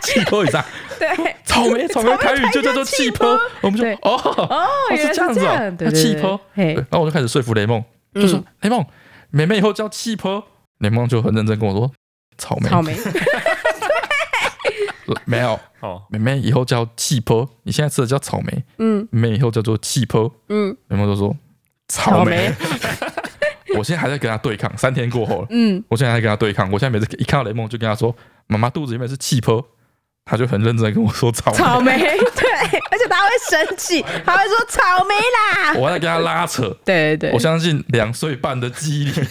Speaker 2: 气泡以上，
Speaker 1: 对，
Speaker 2: 草草莓草莓台语就叫做气泡，我们就
Speaker 1: 对
Speaker 2: 哦，
Speaker 1: 哦，原
Speaker 2: 是
Speaker 1: 来
Speaker 2: 这样
Speaker 1: 是
Speaker 2: 子
Speaker 1: 这
Speaker 2: 哦
Speaker 1: 样，对
Speaker 2: 那
Speaker 1: 对
Speaker 2: 气
Speaker 1: 对
Speaker 2: 泡对
Speaker 1: 嘿
Speaker 2: 然，后我就开始说服雷梦，就说
Speaker 1: 嗯
Speaker 2: 雷梦，妹妹以后叫气泡，雷梦就很认真跟我说草莓
Speaker 1: 草莓，
Speaker 2: 没有，
Speaker 3: 哦，
Speaker 2: 妹妹以后叫气泡，你现在吃的叫草莓，
Speaker 1: 嗯
Speaker 2: 妹妹以后叫做气泡，
Speaker 1: 嗯，
Speaker 2: 雷梦就说草莓，， 我现在还在跟他对抗，三天过后了。
Speaker 1: 嗯，
Speaker 2: 我现在还跟他对抗，我现在每次一看到雷梦就跟他说：“妈妈肚子里面是气泡。”他就很认真地跟我说草莓，
Speaker 1: 草莓，对，而且他会生气，他会说草莓啦，
Speaker 2: 我还在跟他拉扯。
Speaker 1: 对 对
Speaker 2: 我
Speaker 1: 对，
Speaker 2: 相信两岁半的记忆 力，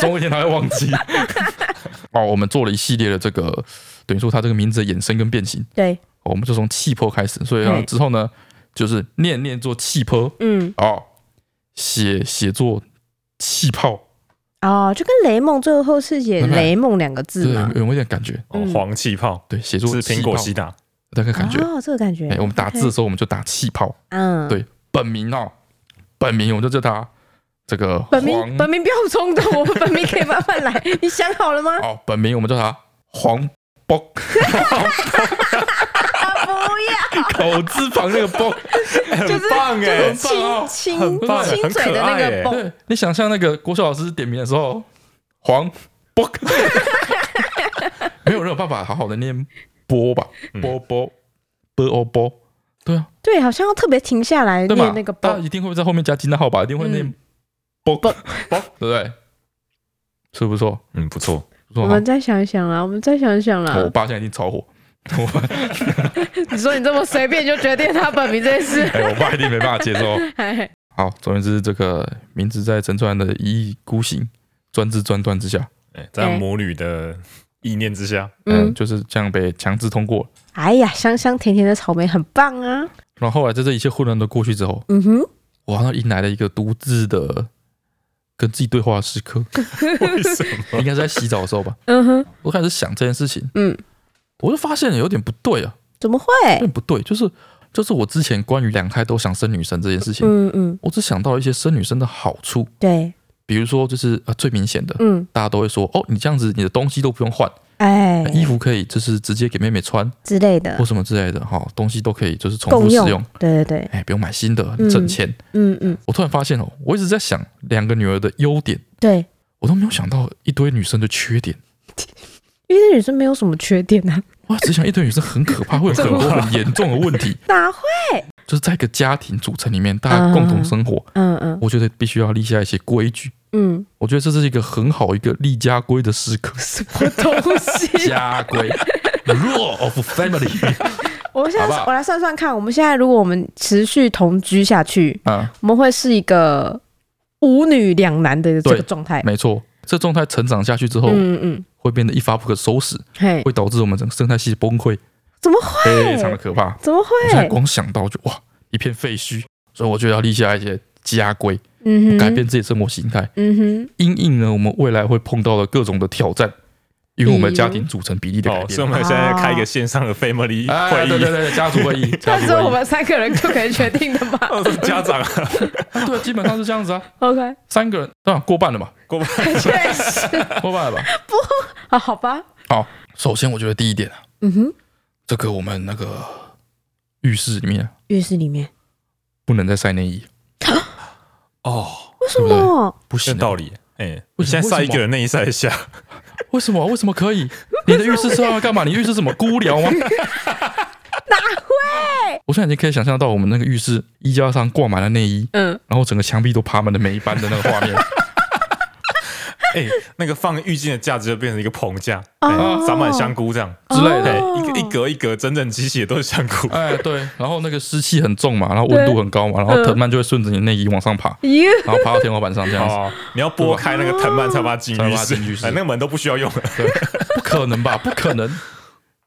Speaker 2: 总有一天他会忘记。哦，我们做了一系列的这个，等于说他这个名字的衍生跟变形，
Speaker 1: 对，
Speaker 2: 哦我们就从气泡开始，所以呢
Speaker 1: 嗯
Speaker 2: 之后呢，就是念念做气泡，
Speaker 1: 嗯，
Speaker 2: 哦，写写作气泡，
Speaker 1: 哦，就跟雷梦最后是写
Speaker 2: 明白
Speaker 1: 雷梦两个字
Speaker 2: 对，
Speaker 1: 嘛
Speaker 2: 有，有没有点感觉？
Speaker 3: 哦
Speaker 1: 嗯
Speaker 3: 黄气泡
Speaker 2: 对，写作
Speaker 3: 是苹果
Speaker 2: 气
Speaker 3: 西打，
Speaker 2: 泡大概感觉。
Speaker 1: 哦，这个感觉
Speaker 2: 哎、，我们打字的时候我们就打气泡。
Speaker 1: 嗯，
Speaker 2: 对本名哦，本名我们就叫他这个
Speaker 1: 本
Speaker 2: 黄
Speaker 1: 名本名不要冲动，我们本名可以慢慢 来，你想好了吗？
Speaker 2: 哦，本名我们叫他黄 波，
Speaker 1: 啊，不要，
Speaker 2: 口字旁那个波。
Speaker 1: 就
Speaker 3: 很
Speaker 1: 是
Speaker 3: 棒
Speaker 1: 就
Speaker 3: 哎
Speaker 1: 是，
Speaker 2: 棒哦
Speaker 1: 亲亲
Speaker 3: 很棒哎
Speaker 1: 亲嘴的那
Speaker 3: 很可爱哎
Speaker 1: 个蹦，
Speaker 2: 对，你想象那个国小老师点名的时候，黄 波，没有人有办法好好的念波吧？
Speaker 3: 嗯
Speaker 2: 波波波哦波，对啊，
Speaker 1: 对，好像要特别停下来
Speaker 2: 对吧
Speaker 1: 念那个？
Speaker 2: 大家
Speaker 1: 蹦，
Speaker 2: 一定会在后面加惊叹号吧？一定会念
Speaker 1: 嗯
Speaker 2: 波波，对不对？是不是不错？
Speaker 3: 嗯，不错，
Speaker 2: 不错
Speaker 1: 我
Speaker 2: 哈哦
Speaker 1: 们再想一想啦，我们再想一想
Speaker 2: 我
Speaker 1: 啦。
Speaker 2: 爸现在一定超火， 我爸
Speaker 1: 你说你这么随便就决定他本名这件事，
Speaker 2: 哎，我爸一定没办法接 受。
Speaker 1: 哎
Speaker 2: 好，总而言之，这个名字在陈川的一意孤行、专制专断之下，
Speaker 3: 哎，在魔女的意念之 下，
Speaker 2: 嗯，
Speaker 1: 嗯，
Speaker 2: 就是这样被强制通过了。
Speaker 1: 哎呀，香香甜甜的草莓很棒啊，
Speaker 2: 然后后来在这一切混乱都过去之后，
Speaker 1: 嗯哼，
Speaker 2: 我好像迎来了一个独自的跟自己对话的时 刻，
Speaker 3: 为什
Speaker 2: 应
Speaker 3: 么？
Speaker 2: 该是在洗澡的时候吧。
Speaker 1: 嗯哼，
Speaker 2: 我开始想这件事情，
Speaker 1: 嗯，
Speaker 2: 我就发现有点不对啊，
Speaker 1: 怎么会？
Speaker 2: 有点不对，就是就是我之前关于两胎都想生女生这件事情，
Speaker 1: 嗯嗯，
Speaker 2: 我只想到一些生女生的好处，
Speaker 1: 对，
Speaker 2: 比如说就是呃最明显的，
Speaker 1: 嗯，
Speaker 2: 大家都会说哦，你这样子你的东西都不用换，
Speaker 1: 哎
Speaker 2: 衣服可以就是直接给妹妹穿。
Speaker 1: 之类的
Speaker 2: 或，什么之类的哈，东西都可以就是重复
Speaker 1: 嗯共
Speaker 2: 使
Speaker 1: 用
Speaker 2: 用，，
Speaker 1: 对对对，
Speaker 2: 哎，不用买新的，
Speaker 1: 嗯
Speaker 2: 挣钱。
Speaker 1: 嗯嗯，
Speaker 2: 我突然发现哦，我一直在想两个女儿的优点，
Speaker 1: 对，
Speaker 2: 我都没有想到一堆女生的缺点。
Speaker 1: 因为这女生没有什么缺点啊，
Speaker 2: 哇，只想一堆女生很可怕，会有很多很严重的问题，
Speaker 1: 哪会？
Speaker 2: 就是在一个家庭组成里面，大家共同生活，
Speaker 1: 嗯嗯
Speaker 2: 我觉得必须要立下一些规矩。
Speaker 1: 嗯，。
Speaker 2: 我觉得这是一个很好一个立家规的时刻
Speaker 1: 什么东 西？
Speaker 2: 家规，the rule of family
Speaker 1: 我们现在
Speaker 2: 好不好
Speaker 1: 我来算算看，我们现在如果我们持续同居下去，
Speaker 2: 啊，
Speaker 1: 我们会是一个五女两男的这
Speaker 2: 对
Speaker 1: 个状态。
Speaker 2: 没错。这状态成长下去之后，
Speaker 1: 嗯嗯，
Speaker 2: 会变得一发不可收拾，
Speaker 1: 嘿，
Speaker 2: 会导致我们整个生态系崩溃，
Speaker 1: 怎么会？
Speaker 2: 非常的可怕。
Speaker 1: 怎么会
Speaker 2: 我？现在光想到就哇，一片废墟，所以我就要立下一些家规，
Speaker 1: 嗯哼，
Speaker 2: 改变自己的生活形态，
Speaker 1: 嗯
Speaker 2: 因应呢我们未来会碰到的各种的挑战，因为我们
Speaker 1: 比如
Speaker 2: 家庭组成比例的改
Speaker 3: 哦，所以我
Speaker 2: 变。
Speaker 3: 们现在开一个线上的 family
Speaker 2: 哎，
Speaker 3: 会
Speaker 2: 对对
Speaker 3: 议，
Speaker 2: 对，家族会 议，家
Speaker 1: 哼，那
Speaker 2: 族
Speaker 1: 是我
Speaker 2: 会议，
Speaker 1: 们三个人就可以决定的 吧
Speaker 3: 哦，是家长啊，
Speaker 2: 对，基本上是这样子啊，
Speaker 1: ？OK，
Speaker 2: 三个人，对吧？过半了吧，
Speaker 3: 过不
Speaker 1: 确实
Speaker 2: 过半了吧。
Speaker 1: 啊，好吧，
Speaker 2: 好，首先我觉得第一点啊，
Speaker 1: 嗯哼，
Speaker 2: 这个我们那个浴室里面啊
Speaker 1: 浴室里面
Speaker 2: 不能再晒内衣，
Speaker 3: 哦，
Speaker 1: 为什
Speaker 2: 对不
Speaker 1: 么？
Speaker 2: 不
Speaker 3: 有
Speaker 2: 行啊，
Speaker 3: 道理。哎，
Speaker 2: 为
Speaker 3: 你
Speaker 2: 什么
Speaker 3: 现在晒一个人内衣晒一下，
Speaker 2: 为什么？为什么可以？你的浴室是要干嘛？你浴室什么孤聊吗？
Speaker 1: 哪会？
Speaker 2: 我现在已经可以想象到我们那个浴室衣架上挂满了内衣，
Speaker 1: 嗯，
Speaker 2: 然后整个墙壁都爬满了霉斑的那个 画
Speaker 1: 哦
Speaker 2: 面
Speaker 3: 哎，那个放浴巾的架子就变成一个棚架，
Speaker 1: 哦
Speaker 3: 哎长满香菇这样。
Speaker 2: 之类的。
Speaker 3: 对
Speaker 1: 哦，
Speaker 3: 一个一格一格整整齐齐的都是香菇，
Speaker 2: 哎，对，然后那个湿气很重嘛，然后温度很高
Speaker 1: 嗯
Speaker 2: 嘛，然后藤蔓就会顺着你内衣往上爬，
Speaker 1: 哟，
Speaker 2: 然后爬到天花板上这样子。
Speaker 3: 哦， 你要拨开那个藤蔓才把它进
Speaker 2: 才
Speaker 3: 浴
Speaker 2: 把它
Speaker 3: 室，
Speaker 2: 进浴室
Speaker 3: 哎，那个门都不需要用了。
Speaker 2: 不可能吧？不可能，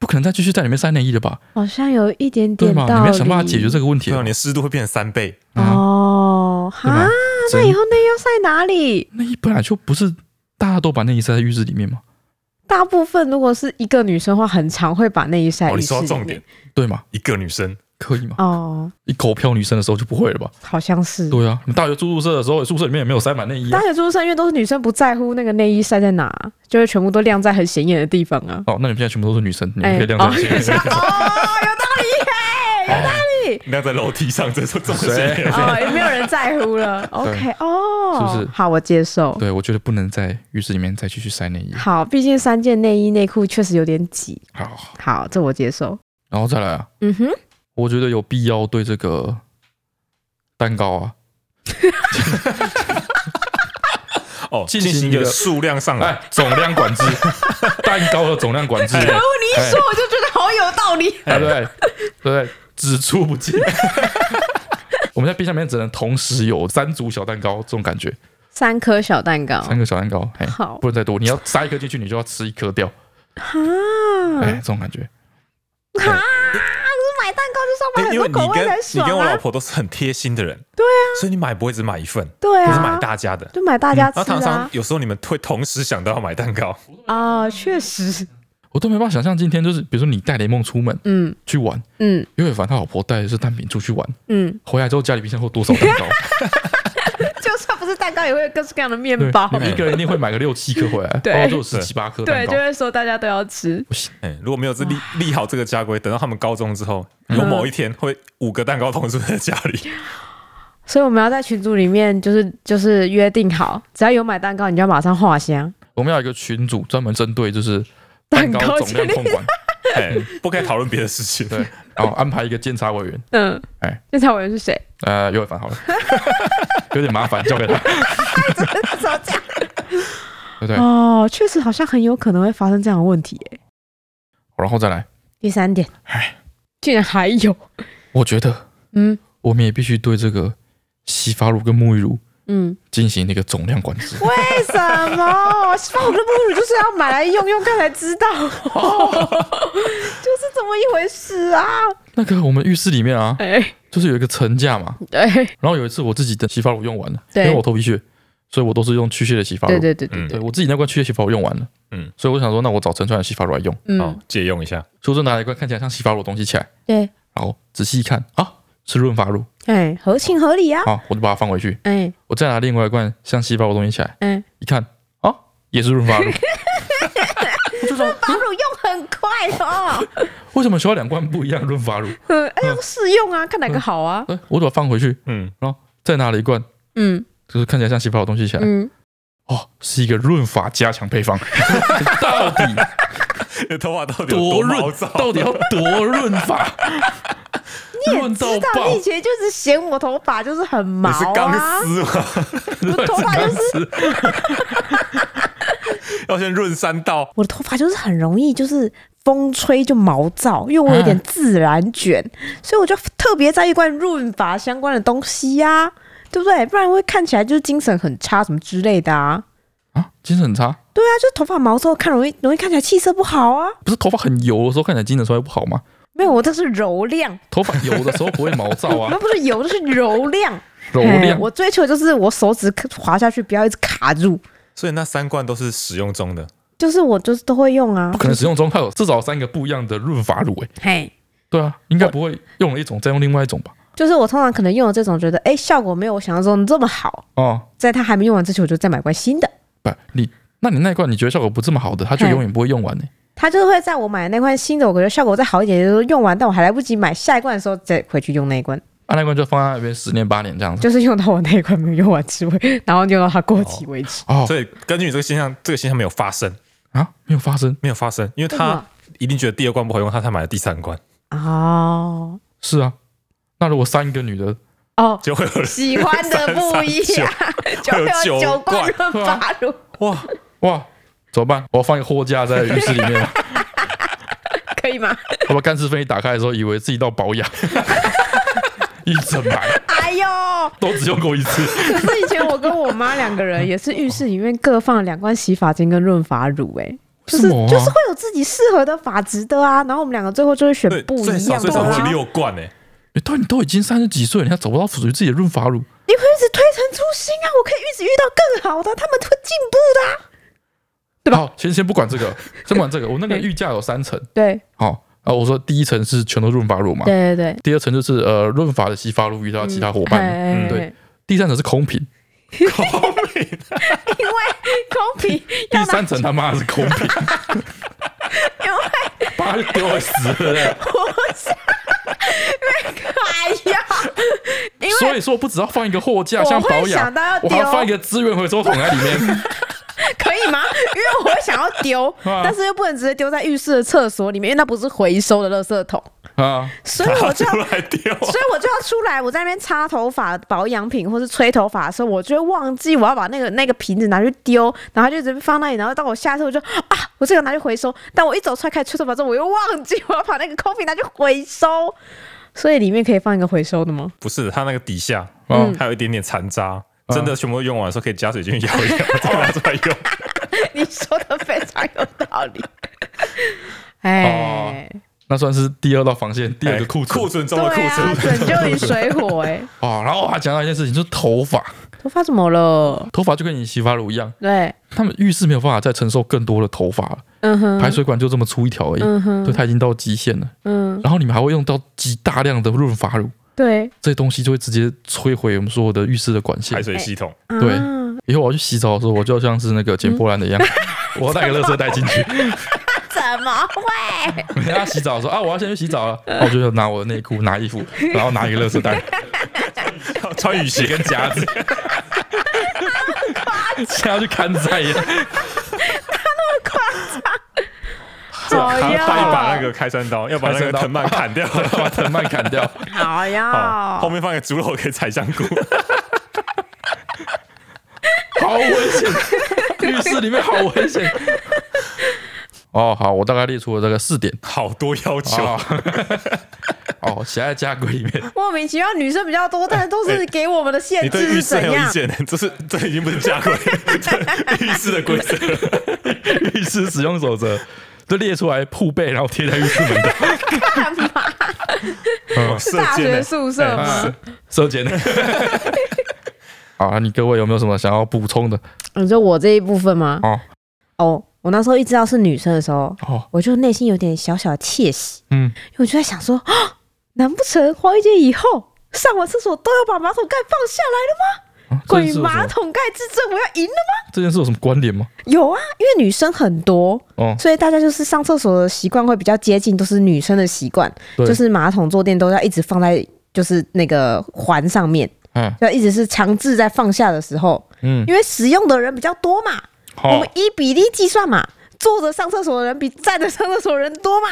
Speaker 2: 不可能再继续在里面塞内衣了吧？
Speaker 1: 好像有一点
Speaker 2: 对
Speaker 1: 点
Speaker 2: 吗？
Speaker 1: 道理。
Speaker 2: 你们要想办法解决这个问题
Speaker 3: 对啊，你的湿度会变成三倍，
Speaker 2: 啊！
Speaker 1: 哦，
Speaker 2: 对吧
Speaker 1: 哈，那
Speaker 2: 真
Speaker 1: 以后内要晒哪里？
Speaker 2: 内衣本来就不是大家都把内衣塞在浴室里面嘛，
Speaker 1: 大哎部分如果是一个女生的话，很常会把内衣晒
Speaker 3: 哦，
Speaker 1: 浴
Speaker 3: 你
Speaker 1: 室
Speaker 3: 说
Speaker 1: 里面。
Speaker 3: 到重点，
Speaker 2: 对吗？
Speaker 3: 一个女生
Speaker 2: 可以吗？
Speaker 1: 哦，
Speaker 2: 一口飘女生的时候就不会了吧？
Speaker 1: 好像是。
Speaker 2: 对啊，你大学住宿舍的时候，宿舍里面也没有塞满内衣啊
Speaker 1: 大。学住宿舍因为都是女生，不在乎那个内衣晒在哪，就会全部都晾在很显眼的地方啊。
Speaker 2: 哦，那你们现在全部都是女生，你们
Speaker 1: 哎
Speaker 2: 可以晾在
Speaker 1: 哦有道理耶，有道理。
Speaker 3: 那在楼梯上，这这这么
Speaker 2: 谁
Speaker 3: 谁？
Speaker 1: 哦，也没有人在乎了。OK，哦，
Speaker 2: 是不是
Speaker 1: 好，我接受。
Speaker 2: 对，我觉得不能在浴室里面再继续塞内衣。
Speaker 1: 好，毕竟三件内衣内裤确实有点挤。
Speaker 2: 好，
Speaker 1: 好，这我接受。
Speaker 2: 然后再来啊，
Speaker 1: 嗯哼，
Speaker 2: 我觉得有必要对这个蛋糕啊，
Speaker 3: 哦，
Speaker 2: 进
Speaker 3: 进
Speaker 2: 行
Speaker 3: 行一
Speaker 2: 一
Speaker 3: 个
Speaker 2: 个
Speaker 3: 数量上来，
Speaker 2: 哎，总量管制，蛋糕的总量管
Speaker 1: 哎
Speaker 2: 制，
Speaker 3: 可恶
Speaker 1: 你
Speaker 2: 一说
Speaker 1: 我就觉得好有道理。
Speaker 2: 哎，对对对，只出不进。 我们在冰箱里面只能同时有三组小蛋糕，这种感觉，
Speaker 1: 三颗小蛋糕，
Speaker 2: 三个小蛋糕，嘿，
Speaker 1: 哦好
Speaker 2: 不能再多。你要塞一颗进去，你就要吃一颗掉，
Speaker 1: 哈，我
Speaker 2: 哎，这种感觉。
Speaker 1: 啊买蛋糕就是要买
Speaker 3: 哎因因
Speaker 1: 哎
Speaker 3: 为
Speaker 1: 很
Speaker 3: 你
Speaker 1: 多口味
Speaker 3: 跟
Speaker 1: 才
Speaker 3: 你
Speaker 1: 爽
Speaker 3: 跟我老
Speaker 1: 啊。
Speaker 3: 婆都是很贴心的人，对啊，所以你买不会只买一份，
Speaker 1: 对
Speaker 3: 你是买
Speaker 1: 啊，
Speaker 3: 大家的。嗯
Speaker 1: 就买大家
Speaker 3: 然后
Speaker 1: 吃
Speaker 3: 常常
Speaker 1: 啊。
Speaker 3: 有时候你们会同时想到要买蛋糕，
Speaker 1: 啊，确实，
Speaker 2: 我都没办法想象今天就是，比如说你带雷梦出门
Speaker 1: 嗯
Speaker 2: 去玩，
Speaker 1: 嗯
Speaker 2: 尤伟凡他老婆带的是蛋饼出去玩，
Speaker 1: 嗯，
Speaker 2: 回来之后家里冰箱会有多少蛋糕？
Speaker 1: 就算不是蛋糕，也会有各式各样的面包。
Speaker 2: 你们一个人一定会买个六七颗回来，
Speaker 1: 对
Speaker 2: 然后就有十七八颗蛋
Speaker 1: 对，
Speaker 2: 糕
Speaker 1: 就。会说大家都要吃。
Speaker 3: 哎，如果没有这立立好这个家规，等到他们高中之后，有某一天会五个蛋糕同时在家里，
Speaker 1: 所以我们要在群组里面，就是就是约定好，只要有买蛋糕，你就要马上画箱。
Speaker 2: 我们要有一个群组专门针对就是蛋
Speaker 1: 蛋
Speaker 2: 糕
Speaker 1: 糕
Speaker 2: 总量控管，
Speaker 3: 哎，不该讨论别的事情。
Speaker 2: 对，然后安排一个监察委员，
Speaker 1: 嗯，
Speaker 2: 哎
Speaker 1: 监察委员是谁？
Speaker 2: 呃，尤伟凡 好了，有点麻烦，交给他，
Speaker 1: 吵架。
Speaker 2: 对不对？
Speaker 1: 哦，确实好像很有可能会发生这样的问题耶。
Speaker 2: 然后再来，
Speaker 1: 第三点
Speaker 2: 哎，
Speaker 1: 竟然还有，
Speaker 2: 我觉得
Speaker 1: 嗯
Speaker 2: 我们也必须对这个洗发乳跟沐浴乳
Speaker 1: 嗯，
Speaker 2: 进行那个总量管制。
Speaker 1: 为什么？洗发乳跟沐浴乳就是要买来用用看才知 道，就是这么一回事啊！
Speaker 2: 那个我们浴室里面啊，
Speaker 1: 哎，
Speaker 2: 就是有一个层架嘛，
Speaker 1: 对
Speaker 2: 然后有一次我自己的洗发乳用完了，因
Speaker 1: 对
Speaker 2: 为我头皮屑，所以我都是用去屑的洗发乳。
Speaker 1: 对对对对，
Speaker 3: 嗯，
Speaker 2: 对我自己那罐去屑洗发乳用完了，
Speaker 3: 嗯，
Speaker 2: 所以我想说，那我找陈川的洗发乳来用，
Speaker 3: 好
Speaker 1: 嗯，，
Speaker 3: 哦借用一下。
Speaker 2: 所以我就拿了一罐看起来像洗发乳的东西起来，
Speaker 1: 对，
Speaker 2: 然后仔细一看啊，是润发乳，
Speaker 1: 哎，合情合理啊，
Speaker 2: 好，我就把它放回去，
Speaker 1: 哎
Speaker 2: 我再拿另外一罐像洗发乳的东西起来，
Speaker 1: 哎，
Speaker 2: 一看啊，也是润 发乳，
Speaker 1: 发乳用很快哦，
Speaker 2: 为什么需要两罐不一样的润发乳？
Speaker 1: 嗯哎，要试用啊，看哪个好啊，
Speaker 2: 哎我就把它放回去，
Speaker 3: 嗯，
Speaker 2: 然后再拿了一罐
Speaker 1: 嗯
Speaker 2: 就是看起来像洗发乳的东西起来，
Speaker 1: 嗯，
Speaker 2: 哦，是一个润发加强配 方，到底
Speaker 3: 头发到底有
Speaker 2: 多
Speaker 3: 毛
Speaker 2: 润，
Speaker 3: 躁？
Speaker 2: 到底要多润发？润到
Speaker 1: 知道
Speaker 2: 爆
Speaker 1: 你以！前就是嫌我头发就是很毛
Speaker 3: 你是钢
Speaker 1: 啊，
Speaker 3: 丝吗？
Speaker 1: 我头发 就是
Speaker 3: 要先润三道，
Speaker 1: 我的头发就是很容易就是风吹就毛躁，因为
Speaker 2: 嗯
Speaker 1: 我有点自然卷，所以我就特别在意关于润发相关的东西呀、对不对？不然会看起来就是精神很差什么之类的啊。
Speaker 2: 啊，精神很差，
Speaker 1: 对啊，就是头发毛之后看容易容易看起来气色不好啊。
Speaker 2: 不是头发很油的时候看起来精神衰弱不好吗？
Speaker 1: 没有，我这是柔亮，
Speaker 2: 头发油的时候不会毛躁 啊
Speaker 1: 那，不是油，这是柔亮。
Speaker 2: 柔
Speaker 1: 嘿
Speaker 2: 亮。
Speaker 1: 哎我追求的就是我手指滑下去不要一直卡住，
Speaker 3: 所以那三罐都是使用中的。
Speaker 1: 就是我就是都会用啊
Speaker 2: 不。可能使用中它有至少三个不一样的润发乳诶、哎
Speaker 1: 嘿，
Speaker 2: 对啊，应该不会用了一种再用另外一种吧？
Speaker 1: 就是我通常可能用了这种，觉得哎效果没有我想象中这么好，
Speaker 2: 哦，
Speaker 1: 在它还没用完之前我就再买罐新的。
Speaker 2: 不，你那你那一罐你觉得效果不这么好的，它就
Speaker 1: 嗯
Speaker 2: 永远不会用完呢、
Speaker 1: 他就是会在我买那罐新的，我觉得效果再好一点，就是用完，但我还来不及买下一罐的时候再回去用那一罐，
Speaker 2: 啊，那一罐就放在那边十年八年这样子。
Speaker 1: 就是用到我那一罐没有用完之为，然后用到它过期为止。
Speaker 2: 哦
Speaker 3: 所以根据你这个现象，这个现象没有发生，
Speaker 2: 啊，没有发生。
Speaker 3: 没有发生，因为
Speaker 1: 为什
Speaker 3: 他
Speaker 1: 么
Speaker 3: 一定觉得第二罐不好用，他才买了第三罐，
Speaker 1: 哦
Speaker 2: 是啊，那如果三个女的，
Speaker 1: 哦，
Speaker 3: 就会有 人
Speaker 1: 喜欢的不一样，就会有九罐润发乳，
Speaker 3: 哇，
Speaker 2: 哇，怎么办？我要放一个货架在浴室里面 吗，
Speaker 1: 可以吗？
Speaker 2: 我把干湿分离打开的时候，以为自己到保养，一整排
Speaker 1: 哎呦，
Speaker 2: 都只用过一次。
Speaker 1: 可是以前我跟我妈两个人也是浴室里面各放两罐洗发精跟润发乳、哎。就是
Speaker 2: 为什么啊
Speaker 1: 就是会有自己适合的发质的啊，然后我们两个最后就会选
Speaker 3: 对，
Speaker 1: 不
Speaker 3: 最
Speaker 1: 一
Speaker 3: 少
Speaker 1: 样
Speaker 3: 最
Speaker 1: 的、
Speaker 3: 少
Speaker 1: 啊，
Speaker 3: 会有六罐哎、
Speaker 2: 你到你都已经三十几岁了，你还找不到属于自己的润发乳，
Speaker 1: 你会一直推陈出新啊！我可以一直遇到更好的，他们会进步的、啊
Speaker 2: 对吧？好，先先不管这个，先不管这个，我那个
Speaker 1: 嗯
Speaker 2: 浴架有三层，
Speaker 1: 对，
Speaker 2: 哦，啊，我说第一层是全都润发乳嘛，
Speaker 1: 对对对，
Speaker 2: 第二层就是呃润发的洗发乳遇到其他伙伴，
Speaker 1: 哎
Speaker 3: 嗯
Speaker 2: 对，第三层是空瓶，
Speaker 3: 空瓶，
Speaker 1: 公平，
Speaker 2: 第三层他妈的是空 瓶，
Speaker 1: 因为
Speaker 2: 把就丢了 死了。
Speaker 1: 哎呀，因为
Speaker 2: 所以说不只要放一个货架，
Speaker 1: 我
Speaker 2: 像保
Speaker 1: 会想
Speaker 2: 养
Speaker 1: 到要，
Speaker 2: 我还
Speaker 1: 丢
Speaker 2: 要放一个资源回收桶在里面。
Speaker 1: 可以吗？因为我想要丢，
Speaker 2: 啊
Speaker 1: 但是又不能直接丢在浴室的厕所里面，因为那不是回收的垃圾桶，
Speaker 2: 啊，
Speaker 1: 所以我就要
Speaker 3: 出来 丢。
Speaker 1: 所以我就要出来，我在那边擦头发、保养品或是吹头发的时候，我就会忘记我要把那个那个瓶子拿去丢，然后就直接放那里，然后到我下车我就啊，我这个拿去回收。但我一走出来开始吹头发之后，我又忘记我要把那个空瓶拿去回收。 所以里面可以放一个回收的吗？
Speaker 3: 不是，它那个底下
Speaker 2: 嗯
Speaker 3: 还有一点点残渣，真的全部用完的时候可以加水进去摇一摇，再拿出 来用。
Speaker 1: 你说的非常有道理。哎、
Speaker 2: 那算是第二道防线，第二个库存
Speaker 3: 哎库。存中
Speaker 1: 对
Speaker 3: 的库
Speaker 1: 啊，
Speaker 3: 存。
Speaker 1: 拯救你水火哎、
Speaker 2: 哦，然后我还讲到一件事情，就是头发，
Speaker 1: 头发怎么 了？
Speaker 2: 头发就跟你洗发乳一样，
Speaker 1: 对，
Speaker 2: 他们浴室没有办法再承受更多的头发了，
Speaker 1: 嗯哼，
Speaker 2: 排水管就这么粗一条而已，
Speaker 1: 嗯哼，
Speaker 2: 对，它已经到极限了。
Speaker 1: 嗯，
Speaker 2: 然后你们还会用到极大量的润发乳，
Speaker 1: 对，
Speaker 2: 这些东西就会直接摧毁我们所有的浴室的管线
Speaker 3: 排。水系统，
Speaker 2: 对
Speaker 1: 啊
Speaker 2: 以后我要去洗澡的时候，我就像是那个捡破 烂的一样，我要带个垃圾袋进去。
Speaker 1: 怎么会？
Speaker 2: 人家洗澡说啊，我要先去洗澡了，然后我就拿我的内裤、拿衣服，然后拿一个垃圾袋，
Speaker 3: 穿雨鞋
Speaker 2: 几根夹 子，像要去看灾一样。
Speaker 1: 好
Speaker 3: 还要带一把那
Speaker 1: 哎呀，
Speaker 3: 个开山刀，要把那
Speaker 2: 开
Speaker 3: 个
Speaker 2: 山刀
Speaker 3: 藤蔓砍 掉，
Speaker 2: 把藤蔓砍掉，
Speaker 1: 好
Speaker 3: 好， 后
Speaker 1: 呀，
Speaker 3: 面放个猪肉可以采香菇，
Speaker 2: 好危险！浴室里面好危险。 哦，好，我大概列出了这个四点。
Speaker 3: 好多要求。
Speaker 2: 哦，哦， 写在家规里面。
Speaker 1: 莫名其妙女生比较多，但都是给我们的限
Speaker 3: 你对
Speaker 1: 制
Speaker 3: 浴
Speaker 1: 哎是
Speaker 3: 室很
Speaker 1: 怎
Speaker 3: 有意
Speaker 1: 样？
Speaker 3: 见，这是这已经不是家规，这浴室的规则。
Speaker 2: 浴室使用守则就列出来铺被，然后贴在浴室门 口。
Speaker 1: 干嘛？
Speaker 3: 哦
Speaker 2: 嗯
Speaker 1: 是大
Speaker 3: 射箭
Speaker 1: 学
Speaker 3: 的
Speaker 1: 宿舍吗
Speaker 2: 啊？射 箭。好啊，你各位有没有什么想要补充的？
Speaker 1: 你说我这一部分吗？
Speaker 2: 哦
Speaker 1: 哦，我那时候一知道是女生的时候，
Speaker 2: 哦，
Speaker 1: 我就内心有点小小的窃喜，
Speaker 2: 嗯，
Speaker 1: 因为我就在想说，啊难不成黄玉姐以后上完厕所都要把马桶盖放下来了吗？
Speaker 2: 啊这
Speaker 1: 鬼
Speaker 2: 件事有什
Speaker 1: 马
Speaker 2: 么？
Speaker 1: 桶盖之争，我要赢了吗？
Speaker 2: 这件事有什么关联吗？
Speaker 1: 有啊，因为女生很多，
Speaker 2: 哦，
Speaker 1: 所以大家就是上厕所的习惯会比较接近，都是女生的习惯，
Speaker 2: 对
Speaker 1: 就是马桶坐垫都要一直放在就是那个环上面，
Speaker 2: 嗯
Speaker 1: 就一直是强制在放下的时候，
Speaker 2: 嗯，哦
Speaker 1: 因为使用的人比较多嘛，我
Speaker 2: 好
Speaker 1: 们，以比例计算嘛，坐着上厕所的人比站着上厕所的人多嘛，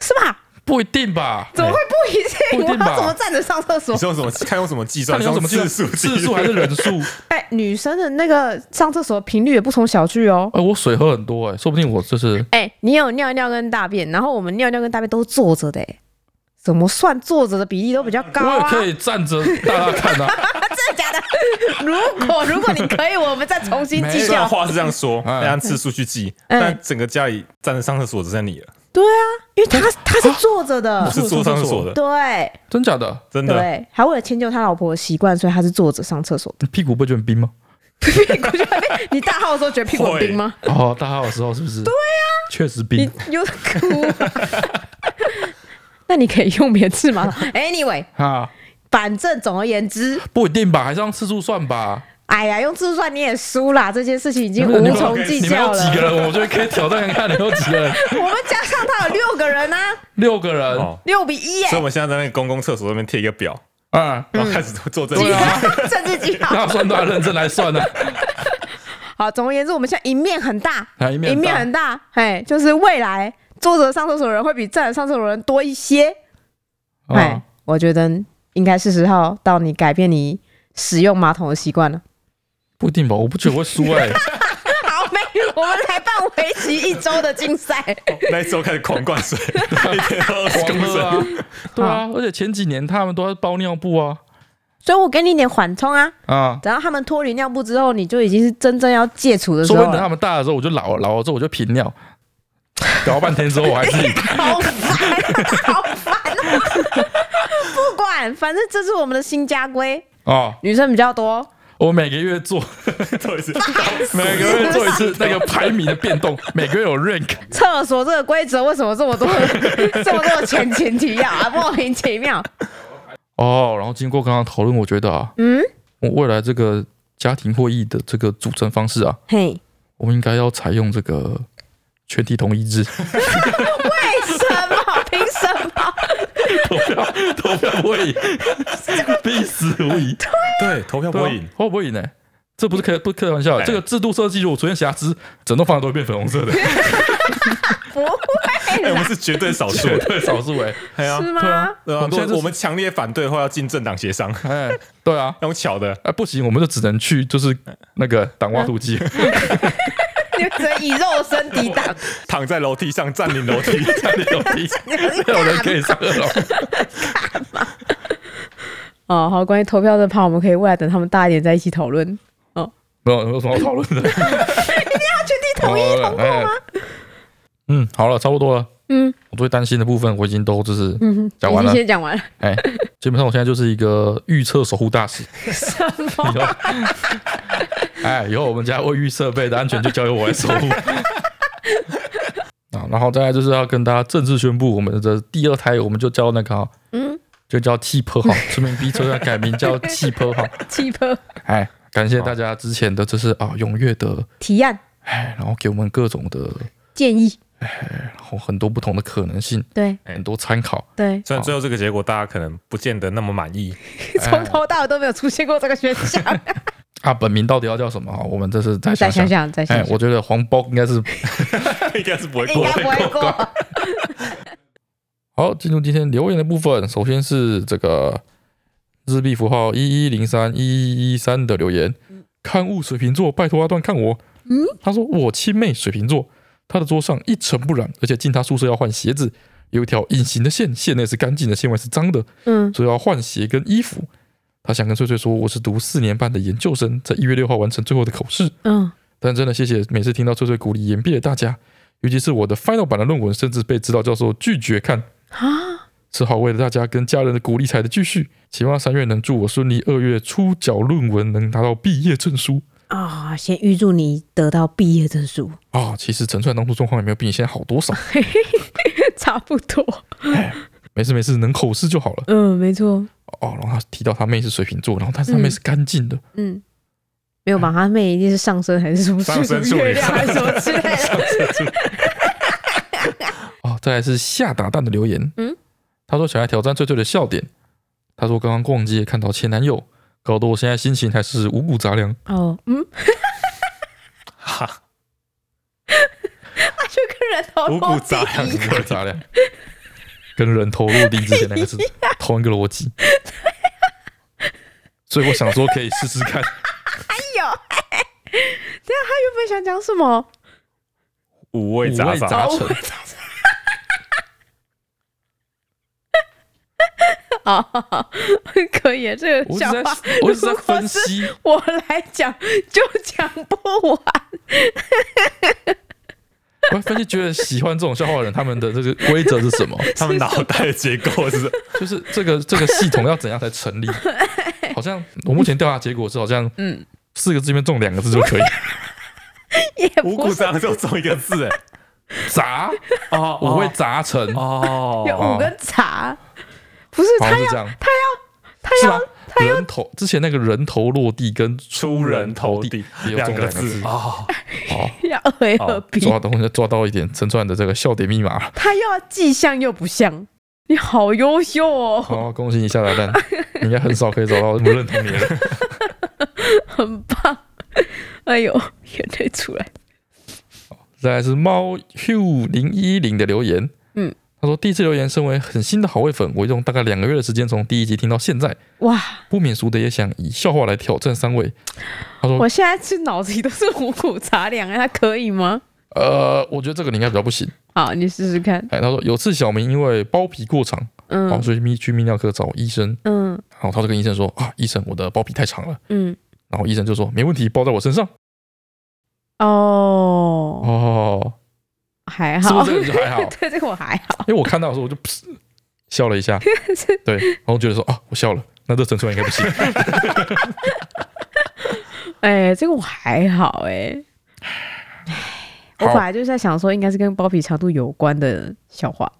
Speaker 1: 是吧？
Speaker 2: 不一定吧？
Speaker 1: 怎么会不一
Speaker 2: 不
Speaker 1: 定？
Speaker 2: 一定
Speaker 1: 我
Speaker 2: 吧
Speaker 1: 要怎么站着上厕所
Speaker 3: 你？是用什么？看用什么计
Speaker 2: 看
Speaker 3: 算？
Speaker 2: 你用什么
Speaker 3: 是
Speaker 2: 计
Speaker 3: 用
Speaker 2: 算
Speaker 3: 次数计
Speaker 2: 次数还是人 数？
Speaker 1: 哎、女生的那个上厕所频率也不从小觑哦。
Speaker 2: 哎，我水喝很多哎，说不定我就是
Speaker 1: 哎、你有尿尿跟大便，然后我们尿尿跟大便都坐着的、哎，怎么算坐着的比例都比较高
Speaker 2: 我也
Speaker 1: 啊？
Speaker 2: 可以站着大家看啊。
Speaker 1: 真的假的？如果如果你可以，我们再重新计
Speaker 3: 虽然
Speaker 1: 较。
Speaker 3: 哎话是这样说，
Speaker 2: 嗯
Speaker 3: 但按次数去记，
Speaker 1: 嗯
Speaker 3: 但整个家里站着上厕所只剩你了，
Speaker 1: 对啊，因为他他是坐着
Speaker 3: 我
Speaker 1: 的，
Speaker 3: 是坐上厕所的，
Speaker 1: 对
Speaker 2: 真假的？
Speaker 3: 真的。
Speaker 1: 哦对，还为了迁就他老婆的习惯，所以他是坐着上厕所的。
Speaker 2: 你屁股不会觉得很冰吗？
Speaker 1: 哎你大号的时候觉得屁股很冰吗？
Speaker 2: 哦，大号的时候是不是？对呀，确实
Speaker 1: 啊你
Speaker 2: 冰。
Speaker 1: 有哭、那你可以用棉质马桶。Anyway，
Speaker 2: 啊，
Speaker 1: 反正总而言之，
Speaker 2: 不一定吧，还是用次数算吧。
Speaker 1: 哎呀，用自算你也输啦，这件事情已
Speaker 2: 你
Speaker 1: 经
Speaker 2: 们你
Speaker 1: 无
Speaker 2: 们有
Speaker 1: 从计
Speaker 2: 你们啊有
Speaker 1: 较
Speaker 2: 几个
Speaker 1: 了。
Speaker 2: 人？我觉得可以挑战看看你有几个 人。
Speaker 1: 我们加上他有六个人啊，
Speaker 2: 六个人，
Speaker 3: 哦，
Speaker 1: 六比一耶、
Speaker 3: 所以我们现在在那个公共厕所那边贴一个表，
Speaker 2: 啊，
Speaker 3: 然
Speaker 1: 嗯
Speaker 3: 后开始做这
Speaker 1: 记
Speaker 3: 个。
Speaker 1: 得政治记
Speaker 2: 那
Speaker 1: 号。
Speaker 2: 算都要认真来算呢。啊
Speaker 1: 好，总而言之，我们现在赢面很大，
Speaker 2: 啊赢面很大
Speaker 1: 很大，哎，就是未来坐着上厕所的人会比站着上厕所的人多一些。哎、
Speaker 2: 啊，
Speaker 1: 我觉得应该是时候到你改变你使用马桶的习惯了。
Speaker 2: 不一定吧，我不觉得我会输 哎。
Speaker 1: 好，没，我们来办为期一周的竞赛。
Speaker 3: 那一周开始狂灌 水，一天喝 二十
Speaker 2: 狂
Speaker 3: 公
Speaker 2: 喝啊
Speaker 3: 升，，
Speaker 2: 对啊，而且前几年他们都在包尿布啊
Speaker 1: 所以我给你一点缓冲啊，
Speaker 2: 啊。
Speaker 1: 等到他们脱离尿布之后，你就已经是真正要戒除的时
Speaker 2: 说不
Speaker 1: 候
Speaker 2: 定等他
Speaker 1: 了。
Speaker 2: 们大的时候，我就老了，老了之后我就频尿，搞半天之后我还是
Speaker 1: 好烦 啊，好烦啊！不管，反正这是我们的新家规，
Speaker 2: 哦，
Speaker 1: 女生比较多，
Speaker 2: 我每个月做，
Speaker 3: 做 一次，
Speaker 2: 每个月做一次那个排名的变动， 每个月有 rank，
Speaker 1: 厕所这个规则为什么这么多 这么多前前提要啊？莫名其妙。
Speaker 2: 哦，然后经过刚刚讨论，我觉得啊，
Speaker 1: 嗯，
Speaker 2: 我未来这个家庭会议的这个组成方式啊，
Speaker 4: 嘿，
Speaker 2: 我们应该要采用这个全体统一制，
Speaker 1: 为 什么？凭什么？
Speaker 2: 投票投票不会赢，必死无疑。
Speaker 3: 对，投票不会
Speaker 2: 对
Speaker 3: 赢
Speaker 2: 啊，，会不会赢呢、这不是开不开玩笑的，
Speaker 3: 哎
Speaker 2: 这个制度设计如果出现瑕疵，整栋房子都会变粉红 色的，
Speaker 1: 不会
Speaker 3: 哎，我们
Speaker 1: 啦，
Speaker 3: 是绝对少数，
Speaker 2: 对，少数哎，
Speaker 3: 对啊，
Speaker 1: 是
Speaker 2: 对
Speaker 1: 吗
Speaker 2: 啊？，
Speaker 3: 对啊，
Speaker 2: 我们现在就是
Speaker 3: 我们强烈反对后要进政党协商，
Speaker 2: 哎，对啊，
Speaker 3: 用巧的，
Speaker 2: 哎不行，我们就只能去就是那个党挖土机，
Speaker 1: 你们只能以肉身抵挡，
Speaker 3: 躺在楼梯上占领楼梯，
Speaker 2: 站在楼梯，没 有人可以上二楼。
Speaker 1: 哦，好，关于投票这趴，我们可以未来等他们大一点再一起讨论。
Speaker 2: 没有，没有什么好讨论的。 一定要全体 统一通过吗？嗯，好了，差不多了。
Speaker 1: 嗯，
Speaker 2: 我最担心的部分我已经都就是
Speaker 1: 嗯，
Speaker 2: 讲完了
Speaker 1: 已经先讲完了，
Speaker 2: 哎，基本上我现在就是一个预测守护大 使。
Speaker 1: 什么？
Speaker 2: 以后，哎，以后我们家卫浴设备的安全就交由我来守护。 啊，然后再来就是要跟大家正式宣布，我们的第二胎我们就叫那个哈，啊
Speaker 1: 嗯，
Speaker 2: 就叫 T 坡号，顺便逼车要改名叫 T 坡号。
Speaker 1: 气泡
Speaker 2: 哎，感谢大家之前的就是啊踊跃的
Speaker 1: 提案
Speaker 2: 哎，然后给我们各种的，
Speaker 1: 建议，
Speaker 2: 然后很多不同的可能性，
Speaker 1: 对
Speaker 2: 很多参考。
Speaker 1: 对，
Speaker 3: 虽然最后这个结果大家可能不见得那么满意，
Speaker 1: 从头到尾都没有出现过这个选项。
Speaker 2: 啊，本名到底要叫什么？哦我们这是再
Speaker 1: 再
Speaker 2: 想
Speaker 1: 想
Speaker 2: 想。
Speaker 1: 想，再
Speaker 2: 哎
Speaker 1: 想，想，
Speaker 2: 我觉得黄包应该是
Speaker 3: 应该是不会
Speaker 1: 应
Speaker 3: 过
Speaker 1: 该。不会过。
Speaker 2: 好，进入今天留言的部分，首先是这个日币符号一一零三一一一三的留言，
Speaker 1: 嗯
Speaker 2: 看物水瓶座，拜托阿段看我。嗯，他说我亲妹水瓶座，他的桌上一尘不染，而且进他宿舍要换鞋子，有一条隐形的线，线内是干净的，线外是脏的，
Speaker 1: 嗯，
Speaker 2: 所以要换鞋跟衣服。他想跟翠翠说，我是读四年半的研究生，在一月六号完成最后的考试。
Speaker 1: 嗯，
Speaker 2: 但真的谢谢每次听到翠翠鼓励言毕的大家，尤其是我的 final 版的论文，甚至被指导教授拒绝看。
Speaker 1: 啊，
Speaker 2: 只好为了大家跟家人的鼓励才的继续。希望三月能祝我顺利，二月初缴论文能拿到毕业证书
Speaker 1: 啊，先预祝你得到毕业证书，
Speaker 2: 啊！其实陈川当初状况也没有比你现在好多少，
Speaker 1: 差不多。
Speaker 2: 没事没事，能口试就好了
Speaker 1: 嗯，没错。
Speaker 2: 哦。然后他提到他妹是水瓶座，然后但是他妹是干净的，
Speaker 1: 嗯，没有吧？他妹一定是上升还是什么
Speaker 3: 上升处女
Speaker 1: 月亮还是什么 之类的？
Speaker 2: 哦，再来是下打蛋的留言，
Speaker 1: 嗯，
Speaker 2: 他说想要挑战翠翠的笑点，他说刚刚逛街看到前男友，搞得我现在心情还是五谷杂粮。
Speaker 1: 哦，嗯，
Speaker 3: 哈，
Speaker 1: 他就跟人头
Speaker 3: 五
Speaker 1: 落
Speaker 3: 谷
Speaker 1: 地
Speaker 3: 杂粮
Speaker 2: 五谷杂粮，跟人头落地之前 那个是同一个逻辑。所以我想说，可以试试看。
Speaker 1: 原本想讲什么？
Speaker 3: 五味杂
Speaker 2: 五味杂
Speaker 3: 杂
Speaker 2: 陈
Speaker 1: 哦，啊，好好可以，啊这个
Speaker 2: 我只
Speaker 1: 笑
Speaker 2: 在
Speaker 1: 话，，
Speaker 2: 我只在分
Speaker 1: 如果是
Speaker 2: 析。
Speaker 1: 我来讲就讲不完。
Speaker 2: 我分析觉得喜欢这种笑话的人，他们的这个规则是什么？
Speaker 3: 他们脑袋的结构 是
Speaker 2: 就是这个这个系统要怎样才成立？好像我目前调查结果是，好像
Speaker 1: 嗯
Speaker 2: 四个字里面中两个字就可以。
Speaker 1: 也
Speaker 3: 五
Speaker 1: 不
Speaker 3: 谷
Speaker 1: 是
Speaker 3: 杂粮只有中一个字哎，
Speaker 2: 砸，
Speaker 3: 哦
Speaker 2: 我会砸成，
Speaker 1: 有
Speaker 3: 哦，
Speaker 1: 五个茶，不是
Speaker 2: 好
Speaker 1: 他
Speaker 2: 像是
Speaker 1: 要
Speaker 2: 这样，
Speaker 1: 他
Speaker 2: 是
Speaker 1: 他
Speaker 2: 吧
Speaker 1: 要？
Speaker 2: 人头之前那个人头落地跟
Speaker 3: 出人头地
Speaker 2: 也有中
Speaker 3: 两
Speaker 2: 两
Speaker 3: 个
Speaker 2: 个字
Speaker 3: 字。 哦，
Speaker 2: 好，
Speaker 1: 他要哎 A 和 B，
Speaker 2: 抓到抓到一点陈川的这个笑点密码了。
Speaker 1: 他要既像又不像。你好优秀哦，
Speaker 2: 好，恭喜你下达 蛋，你应该很少可以找到不认同你的人。
Speaker 1: 很棒！哎呦，眼泪出来。
Speaker 2: 再来是猫 Hugh 零一零的留言，
Speaker 1: 嗯，
Speaker 2: 他说第一次留言，身为很新的好味粉，我用大概两个月的时间从第一集听到现在，
Speaker 1: 哇，
Speaker 2: 不免俗的也想以笑话来挑战三位。他说
Speaker 3: 哦
Speaker 1: 我，现在是脑子里都是五谷杂粮，啊，他可以吗？
Speaker 2: 呃，我觉得这个你应该比较不行。
Speaker 1: 好，你试试看。
Speaker 2: 哎，他说有次小明因为包皮过长，然后
Speaker 1: 嗯
Speaker 2: 所以泌去泌尿科找医生，
Speaker 1: 嗯
Speaker 2: 然后他就跟医生说啊，医生我的包皮太长了，
Speaker 1: 嗯，
Speaker 2: 然后医生就说没问题，包在我身上。
Speaker 1: 哦，
Speaker 2: 哦，
Speaker 1: 还
Speaker 2: 是不
Speaker 1: 好
Speaker 2: 是，这个就还好？
Speaker 1: 对这个我 还好。
Speaker 2: 因为我看到的时候我就噗笑了 一下，对，然后觉得说啊，我笑了，那这陈川应该不行。
Speaker 1: 哎、这个我还好哎、我本
Speaker 2: 好，
Speaker 1: 来就是在想说，应该是跟包皮长度有关的笑话。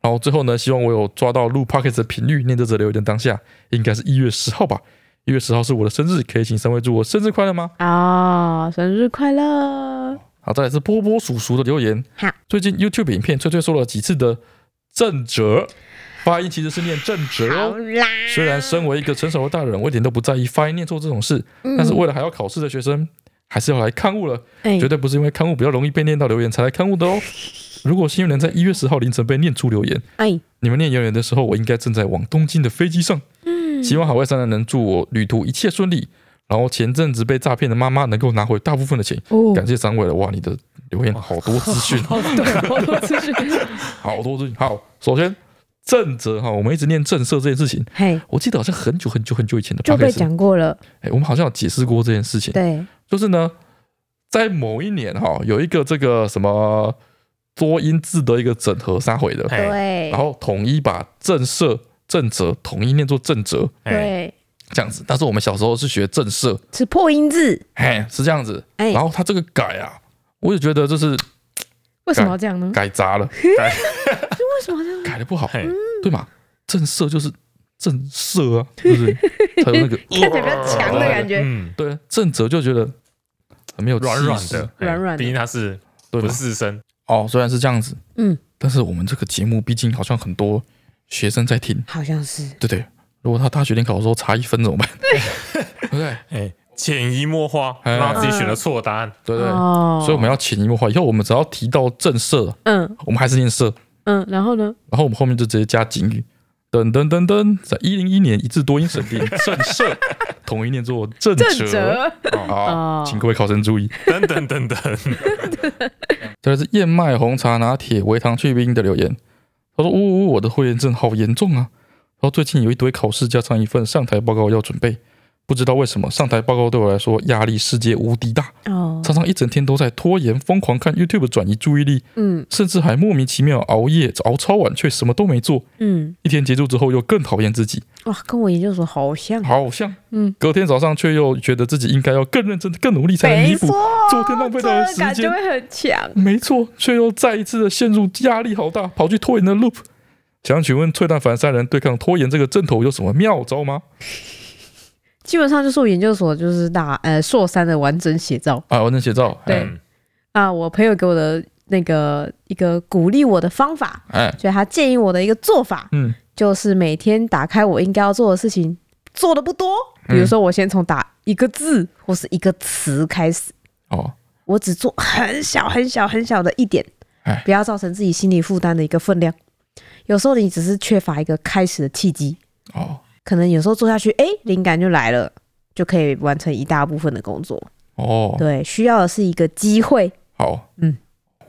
Speaker 2: 然后最后呢，希望我有抓到录 p o c k e t 的频率，念这则留言当下，应该是一月十号吧。一月十号是我的生日，可以请三位祝我生日快乐吗？
Speaker 1: 啊、生日快乐！
Speaker 2: 好，再来是波波叔叔的留言。
Speaker 4: 好，
Speaker 2: 最近 YouTube 影片翠翠说了几次的正哲，发音其实是念正哲
Speaker 4: 好
Speaker 2: 哦。
Speaker 4: 啦，
Speaker 2: 虽然身为一个成熟的大人，我一点都不在意发音念错这种事，
Speaker 4: 嗯
Speaker 2: 但是为了还要考试的学生，还是要来刊物了。
Speaker 1: 嗯
Speaker 4: 嗯
Speaker 1: 哎
Speaker 2: 绝对不是因为刊物比较容易被念到留言才来刊 物的哦。如果幸运能在一月十号凌晨被念出留言，
Speaker 1: 哎，
Speaker 2: 你们念留言的时候，我应该正在往东京的飞机上。
Speaker 4: 嗯
Speaker 2: 希望海外三人能祝我旅途一切顺利。然后前阵子被诈骗的妈妈能够拿回大部分的钱，
Speaker 1: 哦，
Speaker 2: 感谢三位了，哇，你的留言好多资 讯，
Speaker 1: 哦， 对，我都出去。
Speaker 2: 好多资讯。好，首先正则哈，我们一直念正色这件事情，
Speaker 1: 嘿，
Speaker 2: 我记得好像很久很久很久以前的
Speaker 1: 就
Speaker 2: p
Speaker 1: 被
Speaker 2: o d
Speaker 1: 讲过了。
Speaker 2: 哎，我们好像有解释过这件事情，
Speaker 1: 对，
Speaker 2: 就是呢，在某一年哈，有一个这个什么多音字的一个整合杀回的，
Speaker 3: 哎
Speaker 4: 对
Speaker 2: 然后统一把正色正则统一念作正则
Speaker 3: 哎，
Speaker 1: 对，
Speaker 2: 这样子，但是我们小时候是学正色，
Speaker 1: 是破音字。
Speaker 2: 嘿，是这样子，
Speaker 4: 哎
Speaker 2: 然后他这个改啊，我就觉得这是
Speaker 1: 嗯为什么要这样呢？
Speaker 2: 改砸了，
Speaker 1: 为什么要这样？
Speaker 2: 改的不好。
Speaker 1: 嗯
Speaker 3: 嘿
Speaker 2: 对嘛？震慑就是震慑啊，是 不是？才有那个
Speaker 1: 看起来比较强的感觉，
Speaker 3: 嗯，
Speaker 2: 对正则就觉得很没有气
Speaker 3: 软软
Speaker 2: 势
Speaker 3: 的，，
Speaker 1: 软软的
Speaker 3: 毕竟它是
Speaker 2: 对
Speaker 3: 不
Speaker 2: 吧
Speaker 3: 是？四声，
Speaker 2: 哦，虽然是这样子，
Speaker 1: 嗯，
Speaker 2: 但是我们这个节目毕竟好像很多学生在听，
Speaker 1: 好像是。
Speaker 2: 对不对？如果他大学联考的时候差一分怎 么办？对不对？
Speaker 3: 哎，潜移默化，
Speaker 2: 哎
Speaker 3: 让自己选了错的答案，
Speaker 2: 对不对？
Speaker 1: 哦
Speaker 2: 所以我们要潜移默化，以后我们只要提到震慑，
Speaker 1: 嗯
Speaker 2: 我们还是念慑，
Speaker 1: 嗯，然后呢？
Speaker 2: 然后我们后面就直接加警语，噔噔噔噔，在一零一年一致多音审定震 慑，统一念作震
Speaker 1: 正
Speaker 2: 嗯折。
Speaker 1: 则
Speaker 2: 好
Speaker 1: 哦，
Speaker 2: 请各位考生注意。
Speaker 3: 等等等等，
Speaker 1: 嗯
Speaker 2: 这是燕麦红茶拿铁微糖去冰的留言，他说：“呜呜，呜，我的拖延症好严重啊！然后最近有一堆考试加上一份上台报告要准备，不知道为什么上台报告对我来说压力世界无敌大，
Speaker 1: 哦，
Speaker 2: 常常一整天都在拖延，疯狂看 YouTube 转移注意力，
Speaker 1: 嗯
Speaker 2: 甚至还莫名其妙熬夜熬超晚却什么都没做。
Speaker 1: 嗯，
Speaker 2: 一天结束之后又更讨厌自己，
Speaker 1: 哇，跟我研究所好像。
Speaker 2: 好像
Speaker 1: 嗯，
Speaker 2: 隔天早上却又觉得自己应该要更认真、更努力才能弥
Speaker 1: 没
Speaker 2: 补
Speaker 1: 错，
Speaker 2: 昨天浪费
Speaker 1: 这
Speaker 2: 到的
Speaker 1: 个
Speaker 2: 时
Speaker 1: 感
Speaker 2: 间
Speaker 1: 觉。”会很强。
Speaker 2: 没错，却又再一次的陷入压力好大，跑去拖延的 loop。想请问翠蛋凡三人对抗拖延这个阵头有什么妙招吗？
Speaker 1: 基本上就是我研究所就是大呃硕三的完整写照
Speaker 2: 啊，完整写照。
Speaker 1: 对
Speaker 3: 嗯
Speaker 1: 啊，我朋友给我的那个一个鼓励我的方法，
Speaker 2: 哎，哎，
Speaker 1: 所以他建议我的一个做法
Speaker 2: 嗯，
Speaker 1: 就是每天打开我应该要做的事情，做的不多，比
Speaker 2: 嗯
Speaker 1: 如说我先从打一个字或是一个词开始，
Speaker 2: 哦，
Speaker 1: 我只做很小很小很小的一点
Speaker 2: 哎，
Speaker 1: 不要造成自己心理负担的一个分量。有时候你只是缺乏一个开始的契机，
Speaker 2: 哦，
Speaker 1: 可能有时候做下去，哎，灵感就来了，就可以完成一大部分的工作。
Speaker 2: 哦，
Speaker 1: 对，需要的是一个机会。
Speaker 2: 好，
Speaker 1: 嗯，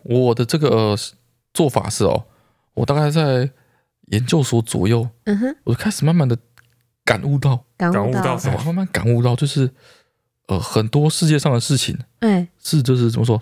Speaker 2: 我的这个、呃做法是哦，我大概在研究所左右，
Speaker 1: 嗯哼，
Speaker 2: 我就开始慢慢的感悟到，
Speaker 1: 感
Speaker 3: 感
Speaker 1: 悟
Speaker 3: 悟
Speaker 1: 到
Speaker 3: 到，
Speaker 2: 我慢慢感悟到，就是呃，很多世界上的事情
Speaker 1: 哎，
Speaker 2: 是就是怎么说，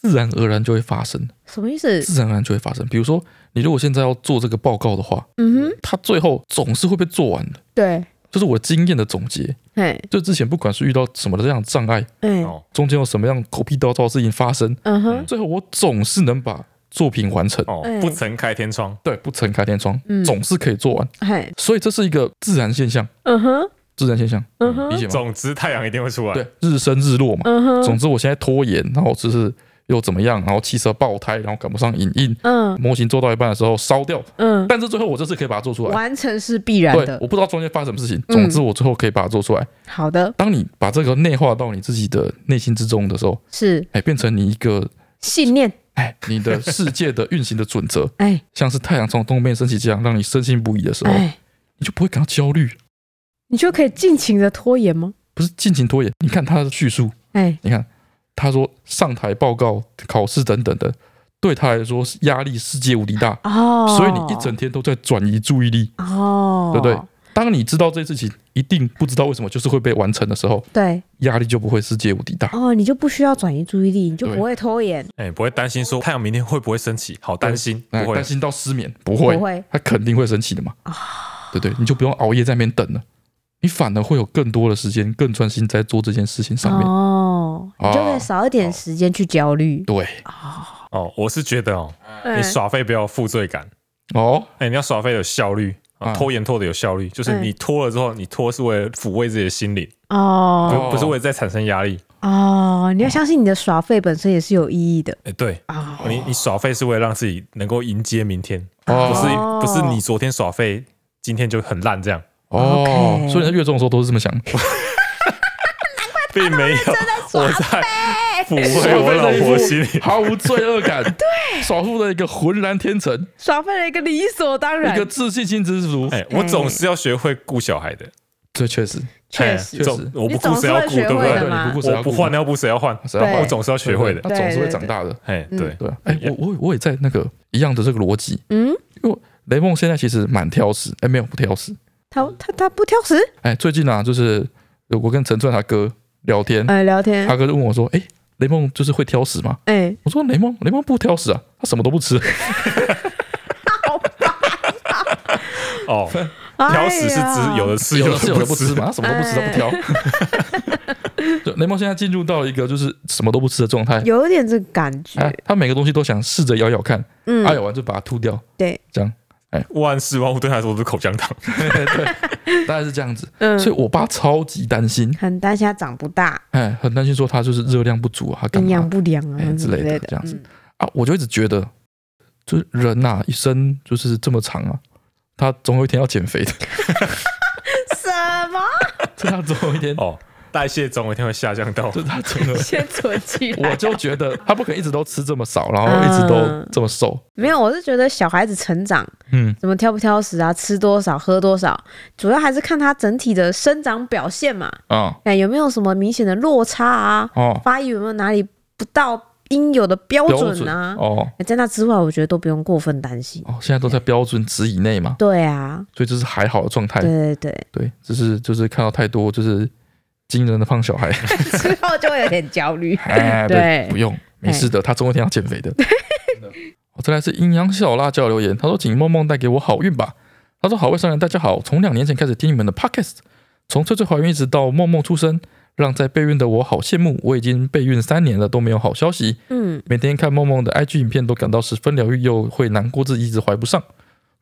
Speaker 2: 自然而然就会发生，
Speaker 1: 什么意思？
Speaker 2: 自然而然就会发生。比如说，你如果现在要做这个报告的话，
Speaker 1: 嗯哼，
Speaker 2: 它最后总是会被做完的。
Speaker 1: 对，
Speaker 2: 就是我经验的总结，
Speaker 1: 哎，
Speaker 2: 就之前不管是遇到什么的这样的障碍，
Speaker 1: 哎，
Speaker 3: 哦，
Speaker 2: 中间有什么样狗屁叨叨的事情发生，
Speaker 1: 嗯哼，
Speaker 2: 最后我总是能把作品完成。
Speaker 3: 哦
Speaker 1: 哎，
Speaker 3: 不曾开天窗，
Speaker 2: 对，不曾开天窗
Speaker 1: 嗯，
Speaker 2: 总是可以做完。
Speaker 1: 哎，
Speaker 2: 所以这是一个自然现象，
Speaker 1: 嗯哼，
Speaker 2: 自然现象，
Speaker 1: 嗯哼
Speaker 2: 理，解吗？
Speaker 3: 总之太阳一定会出来，
Speaker 2: 对，日升日落嘛。
Speaker 1: 嗯哼，
Speaker 2: 总之，我现在拖延，然后就是又怎么样，然后汽车爆胎，然后赶不上影印，
Speaker 1: 嗯
Speaker 2: 模型做到一半的时候烧掉，
Speaker 1: 嗯，
Speaker 2: 但是最后我这次可以把它做出来。
Speaker 1: 完成是必然
Speaker 2: 对，
Speaker 1: 的
Speaker 2: 我。不知道中间发生什么事情，
Speaker 1: 嗯
Speaker 2: 总之我最后可以把它做出来。
Speaker 1: 好的，
Speaker 2: 当你把这个内化到你自己的内心之中的时候，
Speaker 1: 是
Speaker 2: 哎，变成你一个
Speaker 1: 信念。
Speaker 2: 哎，你的世界的运行的 准则，
Speaker 1: 哎
Speaker 2: 像是太阳从东边升起这样，让你深信不疑的时候，
Speaker 1: 哎，
Speaker 2: 你就不会感到焦虑，
Speaker 1: 你就可以尽情的拖延吗？
Speaker 2: 不是尽情拖延。你看他的叙述，
Speaker 1: 哎，
Speaker 2: 你看他说上台报告、考试等等的，对他来说是压力世界无敌大，
Speaker 1: 哦，
Speaker 2: 所以你一整天都在转移注意力，
Speaker 1: 哦，
Speaker 2: 对不对？当你知道这件事情一定不知道为什么就是会被完成的时候，
Speaker 1: 对，
Speaker 2: 压力就不会世界无敌大。
Speaker 1: 哦，你就不需要转移注意力，你就不会拖延。
Speaker 3: 哎，不会担心
Speaker 1: 嗯
Speaker 3: 说太阳明天会不会升起，好担心，
Speaker 2: 哎
Speaker 3: 不会
Speaker 2: 担，心到失眠，不会，
Speaker 1: 不会啊
Speaker 2: 他肯定会生气的嘛。对不对，你就不用熬夜在那边等了，你反而会有更多的时间，更专心在做这件事情上面。
Speaker 1: 哦，你就可
Speaker 2: 哦
Speaker 1: 以少一点时间去焦虑。
Speaker 2: 对，
Speaker 3: 哦，我是觉得哦，
Speaker 1: 对
Speaker 3: 你耍废不要有负罪感，
Speaker 2: 哦，
Speaker 3: 哎、你要耍废有效率，啊
Speaker 2: 嗯
Speaker 3: 拖延拖的有效率，就是
Speaker 1: 嗯
Speaker 3: 你拖了之后，你拖是为了抚慰自己的心灵，
Speaker 1: 哦
Speaker 3: 不不是为了再产生压力。
Speaker 1: 哦，你要相信你的耍废本身也是有意义的
Speaker 3: 哎、对，
Speaker 1: 啊。
Speaker 3: 你你耍废是为了让自己能够迎接明天，不是
Speaker 2: 哦，
Speaker 1: 哦
Speaker 3: 不是你昨天耍废，今天就很烂这
Speaker 1: 啊
Speaker 3: 样，
Speaker 2: 哦，
Speaker 1: OK
Speaker 2: 所以你在月中的时候都是这么 想。
Speaker 3: 并没有，我在抚慰我老 婆心
Speaker 1: 嗯
Speaker 3: 灵。
Speaker 2: 毫无罪恶感，对，少数的一个浑然天成，
Speaker 1: 耍废的一个理所当
Speaker 2: 一
Speaker 1: 然
Speaker 2: 个，自信心之足。
Speaker 3: 哎、我总是要学会顾小孩的，
Speaker 2: 这确实，
Speaker 1: 确
Speaker 3: 哎
Speaker 1: 实
Speaker 2: 确实
Speaker 3: 总我
Speaker 1: 你
Speaker 3: 不
Speaker 1: 总
Speaker 3: 顾
Speaker 1: 是
Speaker 3: 谁要
Speaker 1: 会
Speaker 3: 顾，
Speaker 1: 学
Speaker 3: 对不
Speaker 1: 会的
Speaker 3: 对？
Speaker 1: 嘛
Speaker 2: 对，你不顾谁
Speaker 3: 我
Speaker 2: 要顾
Speaker 3: 不换尿布谁要换？
Speaker 2: 谁要换
Speaker 1: 对
Speaker 3: 我总是要学会的。
Speaker 2: 他总是
Speaker 1: 对
Speaker 2: 会
Speaker 1: 对
Speaker 2: 长大的。
Speaker 3: 哎，
Speaker 1: 嗯
Speaker 3: 对，
Speaker 2: 对啊，哎，
Speaker 3: 嗯
Speaker 2: 我我我也在那个一样的这个逻辑，
Speaker 1: 嗯，
Speaker 2: 因为雷梦现在其实蛮挑食，哎，没有不挑食，
Speaker 1: 他他他不挑食，
Speaker 2: 哎，最近啊，就是我跟陈传他哥聊天，
Speaker 1: 哎，聊天，
Speaker 2: 嗯他哥就问我说，哎，雷梦就是会挑食吗？
Speaker 1: 哎，
Speaker 2: 我说雷梦，雷梦不挑食啊，他什么都不吃，
Speaker 3: 哦，挑食是指有的 吃，
Speaker 2: 有的
Speaker 3: 的
Speaker 2: 是有的不吃嘛，他什么都不吃，他
Speaker 1: 哎
Speaker 2: 不挑。 对，雷梦现在进入到一个就是什么都不吃的状态，
Speaker 1: 有一点这个感觉，
Speaker 2: 哎，他每个东西都想试着咬咬看，
Speaker 1: 嗯
Speaker 2: 啊，，咬完就把它吐掉，
Speaker 1: 对，
Speaker 2: 这样
Speaker 3: 万事万物对他来说都是口香糖。
Speaker 2: 大概是这样子。
Speaker 1: 嗯，
Speaker 2: 所以我爸超级担心，
Speaker 1: 很担心他长不大，
Speaker 2: 哎，很担心说他就是热量不足啊，他干
Speaker 1: 营
Speaker 2: 嘛
Speaker 1: 养不良啊
Speaker 2: 哎之
Speaker 1: 之
Speaker 2: 类的
Speaker 1: 类
Speaker 2: 这样子
Speaker 1: 嗯
Speaker 2: 啊？我就一直觉得，就是人呐、一生就是这么长啊，他总有一天要减肥的，
Speaker 1: 什么？
Speaker 2: 这他总有一天，
Speaker 3: 哦，代谢总有一天会下降到
Speaker 2: 这他总有。
Speaker 1: 先存起来。
Speaker 2: 我就觉得他不可能一直都吃这么少，然后一直都
Speaker 1: 嗯
Speaker 2: 这么瘦，
Speaker 1: 没有，我是觉得小孩子成长，
Speaker 2: 嗯，
Speaker 1: 怎么挑不挑食啊，吃多少喝多少，主要还是看他整体的生长表现嘛，
Speaker 2: 啊、
Speaker 1: 哎，有没有什么明显的落差啊，
Speaker 2: 哦，
Speaker 1: 发育有没有哪里不到应有的标
Speaker 2: 标
Speaker 1: 准
Speaker 2: 准
Speaker 1: 啊？
Speaker 2: 哦
Speaker 1: 哎在那之外，我觉得都不用过分担心。
Speaker 2: 哦，现在都在标准值以内嘛，
Speaker 1: 对啊，
Speaker 2: 所以这是还好的状态
Speaker 1: 对。对对，
Speaker 2: 对，只是就是看到太多就是惊人的胖小 孩，。
Speaker 1: 之后就会有点焦虑
Speaker 2: 哎，
Speaker 1: 对
Speaker 2: 不用，没事的，他总有一天要减肥的。我再来是阴阳小辣椒留言，他说：“请梦梦带给我好运吧。”他说：“好位商人，大家好，从两年前开始听你们的 podcast，从翠翠怀孕一直到梦梦出生，让在备孕的我好羡慕。我已经备孕三年了，都没有好消息。
Speaker 1: 嗯，
Speaker 2: 每天看梦梦的 IG 影片都感到十分疗愈，又会难过自己一直怀不上。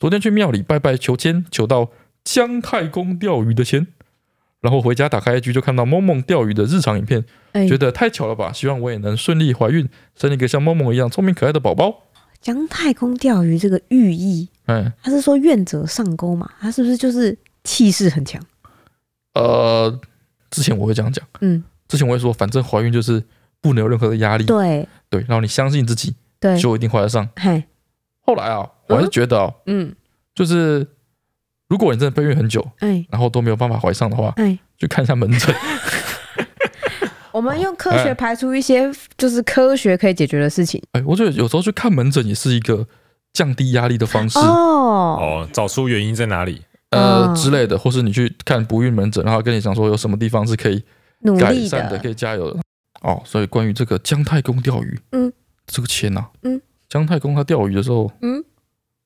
Speaker 2: 昨天去庙里拜拜求签，求到姜太公钓鱼的签，然后回家打开 IG 就看到梦梦钓鱼的日常影片，
Speaker 1: 哎，
Speaker 2: 觉得太巧了吧！希望我也能顺利怀孕，生一个像梦梦一样聪明可爱的宝宝。
Speaker 1: 姜太公钓鱼这个寓意，
Speaker 2: 嗯，
Speaker 1: 他是说愿者上钩嘛？他是不是就是气势很强？
Speaker 2: 呃，之前我会这样讲，
Speaker 1: 嗯，
Speaker 2: 之前我会说，反正怀孕就是不能有任何的压力，
Speaker 1: 对
Speaker 2: 对，然后你相信自己，
Speaker 1: 对，
Speaker 2: 就一定怀得上。
Speaker 1: 嘿，
Speaker 2: 后来啊，我还是觉得、哦，
Speaker 1: 嗯，
Speaker 2: 就是如果你真的备孕很久，
Speaker 1: 哎
Speaker 2: 然后都没有办法怀上的话，
Speaker 1: 哎，
Speaker 2: 去看一下门 诊。
Speaker 1: 我们用科
Speaker 2: 哎
Speaker 1: 学排除一些就是科学可以解决的事情。
Speaker 2: 哎，我觉得有时候去看门诊也是一个降低压力的方式，
Speaker 1: 哦，
Speaker 3: 哦，找出原因在哪里。
Speaker 2: 呃
Speaker 1: 哦
Speaker 2: 之类的，或是你去看不孕门诊，然后跟你讲说有什么地方是可以
Speaker 1: 努
Speaker 2: 改
Speaker 1: 力
Speaker 2: 善的，可以加油的。哦，所以关于这个姜太公钓鱼，
Speaker 1: 嗯，
Speaker 2: 这个签呐、啊，
Speaker 1: 嗯，
Speaker 2: 姜太公他钓鱼的时候，
Speaker 1: 嗯，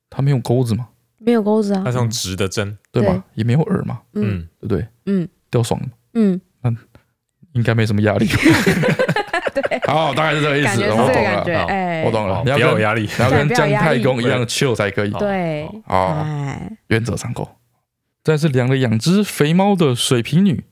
Speaker 2: 他没有钩子嘛，
Speaker 1: 没有钩子啊
Speaker 3: 它。是用直的针，
Speaker 2: 对吧？也没有饵嘛，
Speaker 1: 嗯
Speaker 3: 嗯，
Speaker 2: 对不对？
Speaker 1: 嗯，
Speaker 2: 钓爽了，
Speaker 1: 嗯，
Speaker 2: 应该没什么压力。
Speaker 1: 对，
Speaker 2: 好，大概是这个意
Speaker 1: 感
Speaker 2: 思，
Speaker 1: 觉是
Speaker 2: 我
Speaker 1: 这
Speaker 2: 懂
Speaker 1: 个感觉。
Speaker 2: 了，
Speaker 1: 哎，
Speaker 2: 我懂了。
Speaker 3: 哦，
Speaker 2: 你
Speaker 3: 不
Speaker 2: 要
Speaker 3: 要有
Speaker 2: 跟
Speaker 3: 压力。
Speaker 2: 你要跟
Speaker 1: 对不要
Speaker 2: 姜
Speaker 1: 有压
Speaker 2: 太
Speaker 1: 力
Speaker 2: 公一样 chill 才可以
Speaker 3: 哦
Speaker 1: 对，
Speaker 2: 啊。
Speaker 1: 哎，
Speaker 2: 原则上够。但是养了两只肥猫的水瓶女，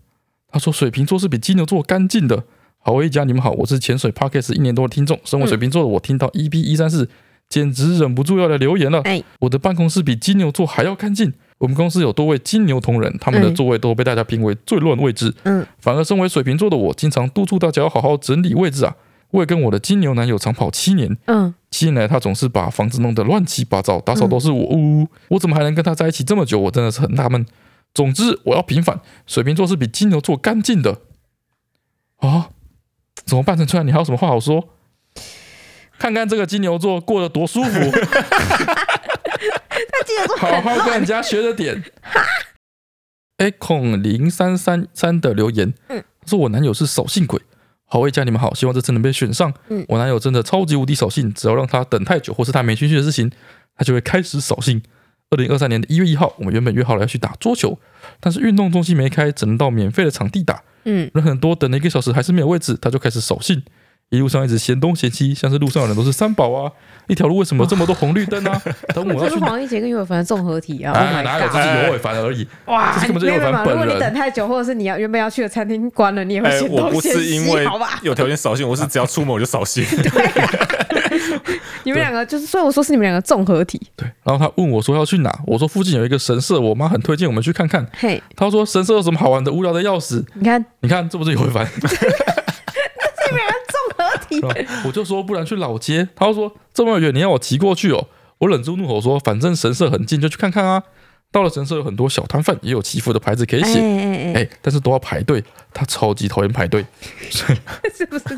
Speaker 2: 她说水瓶座是比金牛座干净的。好，我一家你们好，我是潜水 Pockets 一年多的听众，身为水瓶座的我，听到 EP 一三四，简直忍不住要来留言了。
Speaker 1: 哎
Speaker 2: 我的办公室比金牛座还要干净。我们公司有多位金牛同仁，他们的
Speaker 1: 嗯
Speaker 2: 座位都被大家评为最乱位置。
Speaker 1: 嗯，
Speaker 2: 反而身为水瓶座的我，经常督促大家要好好整理位置啊。我也跟我的金牛男友长跑七年，
Speaker 1: 嗯，
Speaker 2: 七年来，他总是把房子弄得乱七八糟，打扫都是我。
Speaker 1: 嗯
Speaker 2: 呜、我怎么还能跟他在一起这么久？我真的是很纳闷。总之，我要平反，水瓶座是比金牛座干净的啊！怎么办？陈川，你还有什么话好说？看看这个金牛座过得多舒服，
Speaker 1: 那金牛座
Speaker 2: 好好跟人家学 着点。哎，孔零三三三的留言，
Speaker 1: 嗯
Speaker 2: 他说我男友是扫兴鬼。好，魏家你们好，希望这次能被选上。
Speaker 1: 嗯
Speaker 2: 我男友真的超级无敌扫兴，只要让他等太久，或是他没兴趣的事情，他就会开始扫兴，二零二三年的一月一号，我们原本约好了要去打桌球，但是运动中心没开，只能到免费的场地打。
Speaker 1: 嗯，
Speaker 2: 人很多，等了一个小时还是没有位置，他就开始扫兴。一路上一直嫌东嫌西，像是路上的人都是三宝啊，一条路为什么这么多红绿灯啊？等我
Speaker 1: 这
Speaker 2: 要
Speaker 1: 是
Speaker 2: 去哪？
Speaker 1: 黄奕杰跟于伟凡的综合体啊！Oh
Speaker 2: 哎，哪
Speaker 1: my
Speaker 2: 有，这
Speaker 1: god！
Speaker 2: 是尤伟凡而已。
Speaker 1: 哇
Speaker 2: 这是根本就
Speaker 1: 没有
Speaker 2: 有凡
Speaker 1: 没有
Speaker 2: 本
Speaker 1: 如果你
Speaker 2: 人
Speaker 1: 等太久，或者是你要原本要去的餐厅关了，你也会
Speaker 3: 哎
Speaker 1: 先
Speaker 3: 我
Speaker 1: 东
Speaker 3: 不
Speaker 1: 先
Speaker 3: 是因
Speaker 1: 西，
Speaker 3: 为
Speaker 1: 好吧？
Speaker 3: 有条件扫兴，我是只要出门我就扫兴。
Speaker 1: 你们两个就是，所以我说是你们两个综合体。
Speaker 2: 对，然后他问我说要去哪，我说附近有一个神社，我妈很推荐我们去看看。
Speaker 1: 嘿，
Speaker 2: 他说神社有什么好玩的，无聊的要死。
Speaker 1: 你看，
Speaker 2: 你看，这不是尤伟凡？
Speaker 1: 你们两个综合体，
Speaker 2: 我就说不然去老街。他说这么远你要我骑过去哦。我忍住怒吼说，反正神社很近，就去看看啊。到了神社有很多小摊贩，也有祈福的牌子可以写。
Speaker 1: 哎哎
Speaker 2: 哎、但是都要排队，他超级讨厌排队。
Speaker 1: 哎，是不是？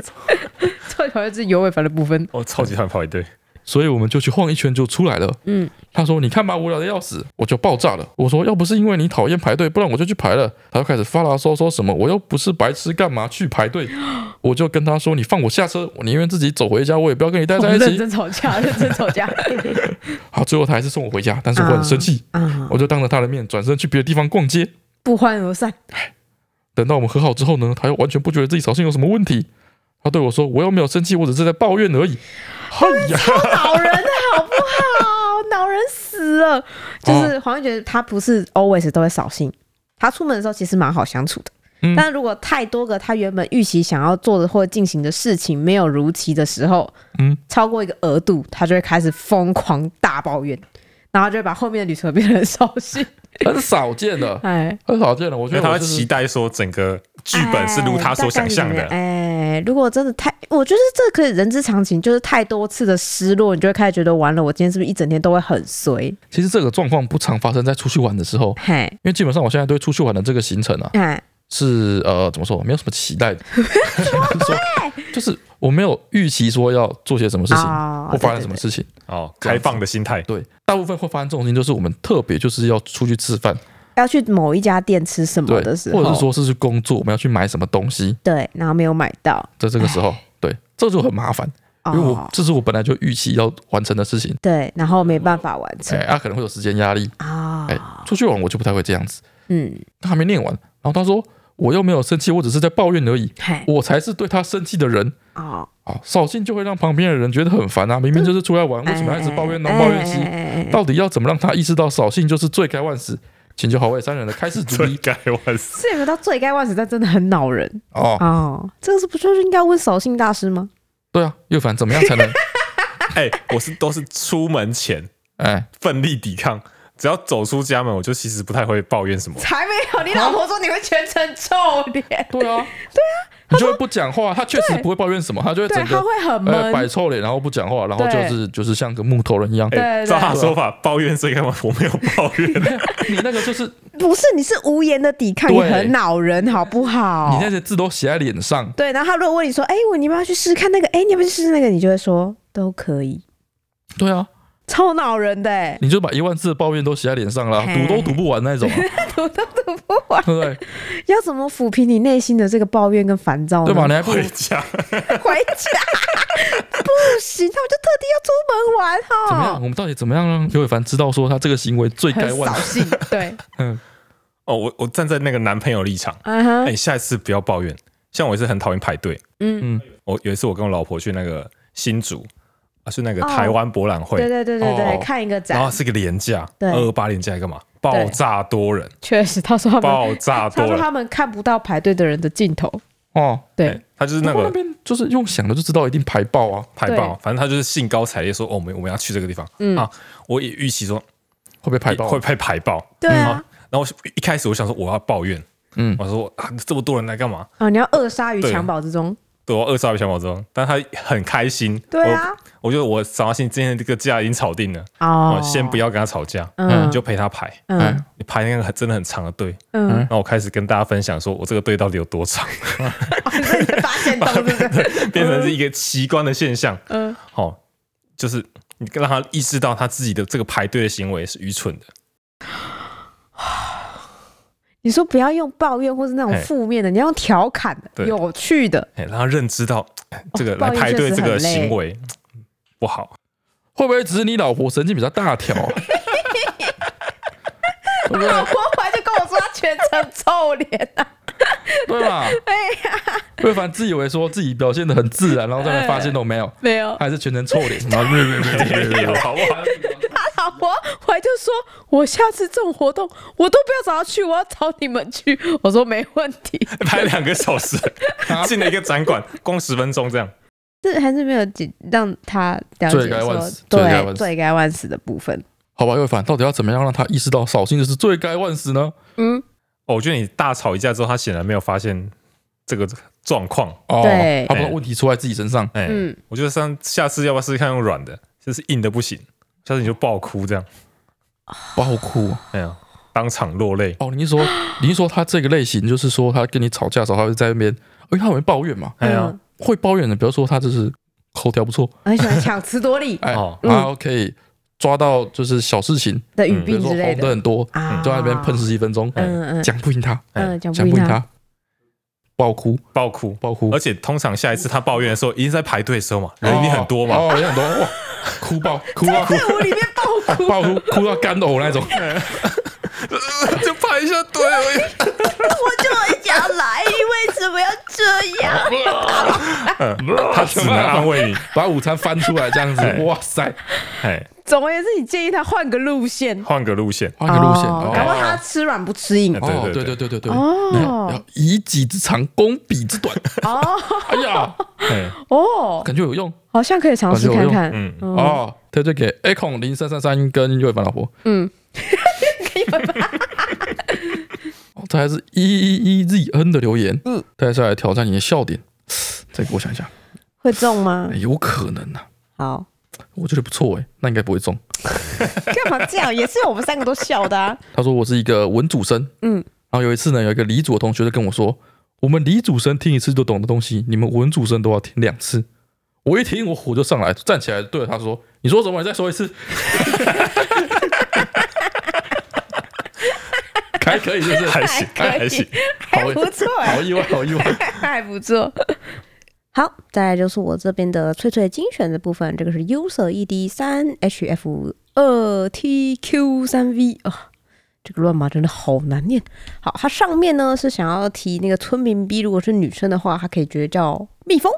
Speaker 1: 最讨厌是尤伟凡的部分。
Speaker 3: 我超级讨厌排队，
Speaker 2: 所以我们就去晃一圈就出来了。
Speaker 1: 嗯，
Speaker 2: 他说：“你看吧，无聊的要死。”我就爆炸了。我说：“要不是因为你讨厌排队，不然我就去排了。”他就开始发牢骚说什么：“我又不是白痴，干嘛去排队？”我就跟他说：“你放我下车，我宁愿自己走回家，我也不要跟你待
Speaker 1: 我
Speaker 2: 在
Speaker 1: 们
Speaker 2: 一
Speaker 1: 认
Speaker 2: 起。
Speaker 1: 真吵架，认真吵 架。”
Speaker 2: 好，最后他还是送我回家，但是我很生气，
Speaker 3: 嗯
Speaker 1: 啊，
Speaker 2: 我就当着他的面转身去别的地方逛街。
Speaker 1: 不欢而散。
Speaker 2: 等到我们和好之后呢，他又完全不觉得自己扫兴有什么问题。他对我说：“我又没有生气，我只是在抱怨而已。”哎 呀，
Speaker 1: 恼人的好不好？恼人死了！
Speaker 3: 哦
Speaker 1: 就是黄奕觉得他不是 always 都会扫兴，他出门的时候其实蛮好相处的。
Speaker 2: 嗯
Speaker 1: 但如果太多个他原本预期想要做的或进行的事情没有如期的时候，
Speaker 2: 嗯，
Speaker 1: 超过一个额度，他就会开始疯狂大抱怨，然后就会把后面的旅程变得很扫 兴。
Speaker 2: 很少见的，
Speaker 1: 哎，
Speaker 2: 很少见的。我
Speaker 3: 因
Speaker 2: 觉得
Speaker 3: 为嗯他
Speaker 2: 我
Speaker 3: 会
Speaker 2: 就是
Speaker 3: 期待说整个剧本是如他所想象
Speaker 1: 哎大
Speaker 3: 的。
Speaker 1: 概是怎么样哎，如果真的太，我觉得这可以人之常情，就是太多次的失落，你就会开始觉得完了，我今天是不是一整天都会很衰？
Speaker 2: 其实这个状况不常发生在出去玩的时候，
Speaker 1: 嘿，
Speaker 2: 因为基本上我现在对出去玩的这个行程啊，
Speaker 1: 哎，
Speaker 2: 是呃怎么说，没有什么期 待的，就是说就是我没有预期说要做些什么事情，
Speaker 1: 哦
Speaker 2: 或发生什么事情。
Speaker 3: 哦，开放的心 态，
Speaker 2: 对，大部分会发生这种事情，就是我们特别就是要出去吃饭，
Speaker 1: 要去某一家店吃什么
Speaker 2: 对，
Speaker 1: 的时候，
Speaker 2: 或者是说是去工作，我们要去买什么东西，
Speaker 1: 对，然后没有买到，
Speaker 2: 在这个时候，对，这就很麻烦，因为我
Speaker 1: 哦，
Speaker 2: 这是我本来就预期要完成的事情，
Speaker 1: 对，然后没办法完成
Speaker 2: 哎，啊可能会有时间压力，
Speaker 1: 啊
Speaker 2: 哎，出去玩我就不太会这样子。
Speaker 1: 嗯，
Speaker 2: 他还没念完，然后他说我又没有生气，我只是在抱怨而已。
Speaker 1: 嘿，
Speaker 2: 我才是对他生气的人
Speaker 1: 哦，
Speaker 2: 啊！扫兴就会让旁边的人觉得很烦 啊！明明就是出来
Speaker 1: 哎
Speaker 2: 玩，为什么要一直抱怨东抱怨西？
Speaker 1: 西
Speaker 2: 到底要怎么让他意识到扫兴就是罪该万死？请求好味三人的开始主
Speaker 3: 罪
Speaker 2: 义
Speaker 3: 该万死。
Speaker 1: 这个到罪该万死，但真的很恼人
Speaker 2: 哦，
Speaker 1: 哦。这个是不就是应该问扫兴大师吗？
Speaker 2: 对啊，又凡怎么样 才能
Speaker 3: 哎，我是都是出门前
Speaker 2: 哎？
Speaker 3: 奋力抵抗，只要走出家门，我就其实不太会抱怨什么。
Speaker 1: 才没有！你老婆说你会全程臭脸，
Speaker 2: 对啊，对啊，你就会不讲话，他确实不会抱怨什么，他就会
Speaker 1: 对，
Speaker 2: 整
Speaker 1: 他
Speaker 2: 个
Speaker 1: 会很
Speaker 2: 呃摆
Speaker 1: 闷，
Speaker 2: 臭脸，然后不讲话，然后就
Speaker 1: 对
Speaker 2: 是就是像个木头人一样。
Speaker 1: 对对
Speaker 3: 哎照他说法，抱怨罪该万死，我没有抱怨。
Speaker 2: 你那个就是你
Speaker 1: 不是你是无言的抵抗，
Speaker 2: 对
Speaker 1: 你很恼人，好不好？
Speaker 2: 那些字都写在脸上，
Speaker 1: 对，然后他如果问你说，哎，我你要不要去试试看那个？哎，你要不要去试试那个？你就会说都可以，
Speaker 2: 对啊，
Speaker 1: 超恼人的、欸，
Speaker 2: 你就把一万字的抱怨都写在脸上啦，
Speaker 1: 嘿
Speaker 2: 读都读不完那种啊，
Speaker 1: 读都读不完，
Speaker 2: 对不对？
Speaker 1: 要怎么抚平你内心的这个抱怨跟烦躁呢？
Speaker 2: 对吧？你还不
Speaker 3: 回家，
Speaker 1: 回家不行，那我就特地要出门玩哈。
Speaker 2: 怎么样？我们到底怎么样让刘伟凡知道说他这个行为罪该
Speaker 1: 哦很
Speaker 2: 万
Speaker 1: 扫
Speaker 2: 死？
Speaker 1: 兴，对，
Speaker 2: 嗯，
Speaker 3: 哦，我我站在那个男朋友立场，
Speaker 1: 嗯
Speaker 3: 哎、
Speaker 1: 哼，
Speaker 3: 下一次不要抱怨。像我也是很讨厌排队。
Speaker 1: 嗯
Speaker 2: 嗯，
Speaker 3: 我有一次我跟我老婆去那个新竹，啊，去那个
Speaker 1: 哦
Speaker 3: 台湾博览会，
Speaker 1: 对对对对对，
Speaker 3: 哦
Speaker 1: 看一个
Speaker 3: 然后
Speaker 1: 展，
Speaker 3: 是个廉价，
Speaker 1: 对
Speaker 3: 二二八廉价还干嘛？爆炸多人，
Speaker 1: 确实，他说他们，
Speaker 3: 爆炸
Speaker 1: 哦他
Speaker 3: 多
Speaker 1: 说
Speaker 3: 人。
Speaker 1: 他们看不到排队的人的尽头，
Speaker 2: 哦，
Speaker 1: 对
Speaker 3: 哎，他就是那
Speaker 2: 不过那
Speaker 3: 个
Speaker 2: 边就是用想的就知道一定排爆啊，
Speaker 3: 排爆，反正他就是兴高采烈说：“哦，我们我们要去这个地方、
Speaker 1: 嗯
Speaker 3: 啊！”我也预期说
Speaker 2: 会被排爆。啊
Speaker 3: 会被排爆。
Speaker 1: 对啊，
Speaker 3: 然后我一开始我想说我要抱怨，
Speaker 2: 嗯，
Speaker 3: 我说啊这么多人来干嘛？
Speaker 1: 啊，你要扼杀于
Speaker 3: 对
Speaker 1: 襁褓之中，
Speaker 3: 对我二十二小宝中，但他很开心。
Speaker 1: 对啊，
Speaker 3: 我，我觉得我扫兴，今天这个架已经吵定了，
Speaker 1: 哦
Speaker 3: 哦，，先不要跟他吵架，
Speaker 1: 嗯，
Speaker 3: 你就陪他排，
Speaker 2: 哎
Speaker 1: 嗯，
Speaker 3: 你排那个很真的很长的队。
Speaker 1: 嗯，
Speaker 3: 然后我开始跟大家分享说我这个队到底有多长，
Speaker 1: 哦你说你在发现到是不是？
Speaker 3: 变成是一个奇观的现象。
Speaker 1: 嗯，
Speaker 3: 好、就是你让他意识到他自己的这个排队的行为是愚蠢的。
Speaker 1: 你说不要用抱怨或是那种
Speaker 3: 哎
Speaker 1: 负面的，你要用调侃的、
Speaker 3: 对
Speaker 1: 有趣的，
Speaker 3: 哎，让他认知到哎这个
Speaker 1: 哦抱
Speaker 3: 来
Speaker 1: 怨
Speaker 3: 排
Speaker 1: 确
Speaker 3: 队
Speaker 1: 实
Speaker 3: 这个
Speaker 1: 很累
Speaker 3: 行为嗯不好。
Speaker 2: 会不会只是你老婆神经比较大条啊？对不对？
Speaker 1: 我回来就跟我说他全程臭脸啊，
Speaker 2: 对 吧？对呀。魏凡自以为说自己表现的很自然，然后再来发现都没有，
Speaker 1: 没有，
Speaker 2: 还是全程臭脸，然后 没有没有没有没有没有 没有，好不好？
Speaker 1: 他老婆回来就说，我下次这种活动我都不要找他去，我要找你们去。我说没问题，
Speaker 3: 拍两个小时， 进了一个展馆，光十分钟这样。
Speaker 1: 这还 是没有解让他了解
Speaker 2: 罪该万
Speaker 1: 说
Speaker 2: 死罪该
Speaker 1: 对
Speaker 2: 万死
Speaker 1: 罪该万死的部分。
Speaker 2: 好吧，魏凡到底要怎么样让他意识到扫兴的是罪该万死呢？
Speaker 1: 嗯，
Speaker 3: 哦，我觉得你大吵一架之后，他显然没有发现这个状况。
Speaker 2: 哦，
Speaker 1: 对
Speaker 2: 他不知道问题出在自己身上，
Speaker 3: 哎、
Speaker 1: 嗯
Speaker 3: 我觉得上下次要不要试试看用软的，就是硬的不行，下次你就爆哭这样，
Speaker 2: 爆哭。
Speaker 3: 哎呀，当场落泪。
Speaker 2: 哦，你是说， 你是说他这个类型，就是说他跟你吵架的时候，他会在那边，因为他很会抱怨嘛，
Speaker 3: 哎呀，
Speaker 1: 嗯
Speaker 2: 会抱怨的，比如说他就是口条不错，
Speaker 1: 我很喜欢抢词夺理
Speaker 2: 哎，
Speaker 3: 哦
Speaker 2: 然后可以抓到就是小事情，
Speaker 1: 的语
Speaker 3: 嗯
Speaker 2: 比如
Speaker 1: 病
Speaker 2: 说
Speaker 1: 之类
Speaker 2: 红
Speaker 1: 的
Speaker 2: 灯很多，
Speaker 1: 啊
Speaker 2: 就在那边喷十几分钟，
Speaker 1: 嗯嗯
Speaker 2: 讲不赢他，
Speaker 1: 嗯，讲
Speaker 2: 讲
Speaker 1: 不
Speaker 2: 哎不
Speaker 1: 赢
Speaker 2: 赢
Speaker 1: 他，
Speaker 2: 他，爆哭
Speaker 3: 爆哭。
Speaker 2: 爆哭
Speaker 3: 而，且通常下一次他抱怨的时候，一定是在排队的时候嘛，人一定很多嘛，
Speaker 2: 哦，人很多，哇，哭爆哭到哭
Speaker 1: 队伍里面爆
Speaker 2: 哎
Speaker 1: 哭，
Speaker 2: 爆哭哭到干呕 那种，
Speaker 3: 哎就排一下队而已。
Speaker 1: 我就想来，为什么要这样？
Speaker 3: 嗯他只能安慰 你，
Speaker 2: 把午餐翻出来这样子
Speaker 3: 哎，
Speaker 2: 哇塞，
Speaker 3: 哎，
Speaker 1: 总而言之，你建议他换个路线，
Speaker 3: 换个路线。哎
Speaker 2: 换个路线，
Speaker 1: 哦搞不好他
Speaker 2: 哦
Speaker 1: 吃软不吃硬
Speaker 3: 对
Speaker 2: 哦，
Speaker 3: 对
Speaker 2: 对
Speaker 3: 对
Speaker 2: 对对对对，
Speaker 1: 哦
Speaker 2: 要以己之长攻彼之 短，
Speaker 1: 哦
Speaker 2: 哎呀，
Speaker 3: 哎，
Speaker 1: 哦，
Speaker 2: 感觉有用
Speaker 1: 好像可以尝试看看。
Speaker 3: 嗯，
Speaker 1: 哦，
Speaker 2: 哦。推荐给 A 孔零三三三跟右一凡老婆，
Speaker 1: 嗯，
Speaker 2: 哦，这还是 E E E Z N 的留言，
Speaker 1: 嗯，
Speaker 2: 再下来挑战你的笑点，这个我想一下，
Speaker 1: 会中吗？
Speaker 2: 哎有可能呐，
Speaker 1: 好，
Speaker 2: 我觉得不错哎，那应该不会中。
Speaker 1: 干嘛这样？也是我们三个都笑的啊。
Speaker 2: 他说我是一个文主生，
Speaker 1: 嗯
Speaker 2: 然后有一次呢，有一个理组的同学就跟我说，我们理组生听一次就懂的东西，你们文主生都要听两次。我一听，我火就上来，站起来对着他说：“你说什么？你再说一次。”还可以，是不是？
Speaker 3: 还行，
Speaker 1: 还可以
Speaker 3: 还行。
Speaker 2: 好
Speaker 1: 不错哎
Speaker 2: 好意外，好意 外。
Speaker 1: 还不错。好，再来就是我这边的翠翠精选的部分，这个是 user ed 三 hf 二 tq 三 v 啊、这个乱码真的好难念。好，它上面呢是想要提那个村民 B，如果是女生的话，她可以直接叫蜜蜂、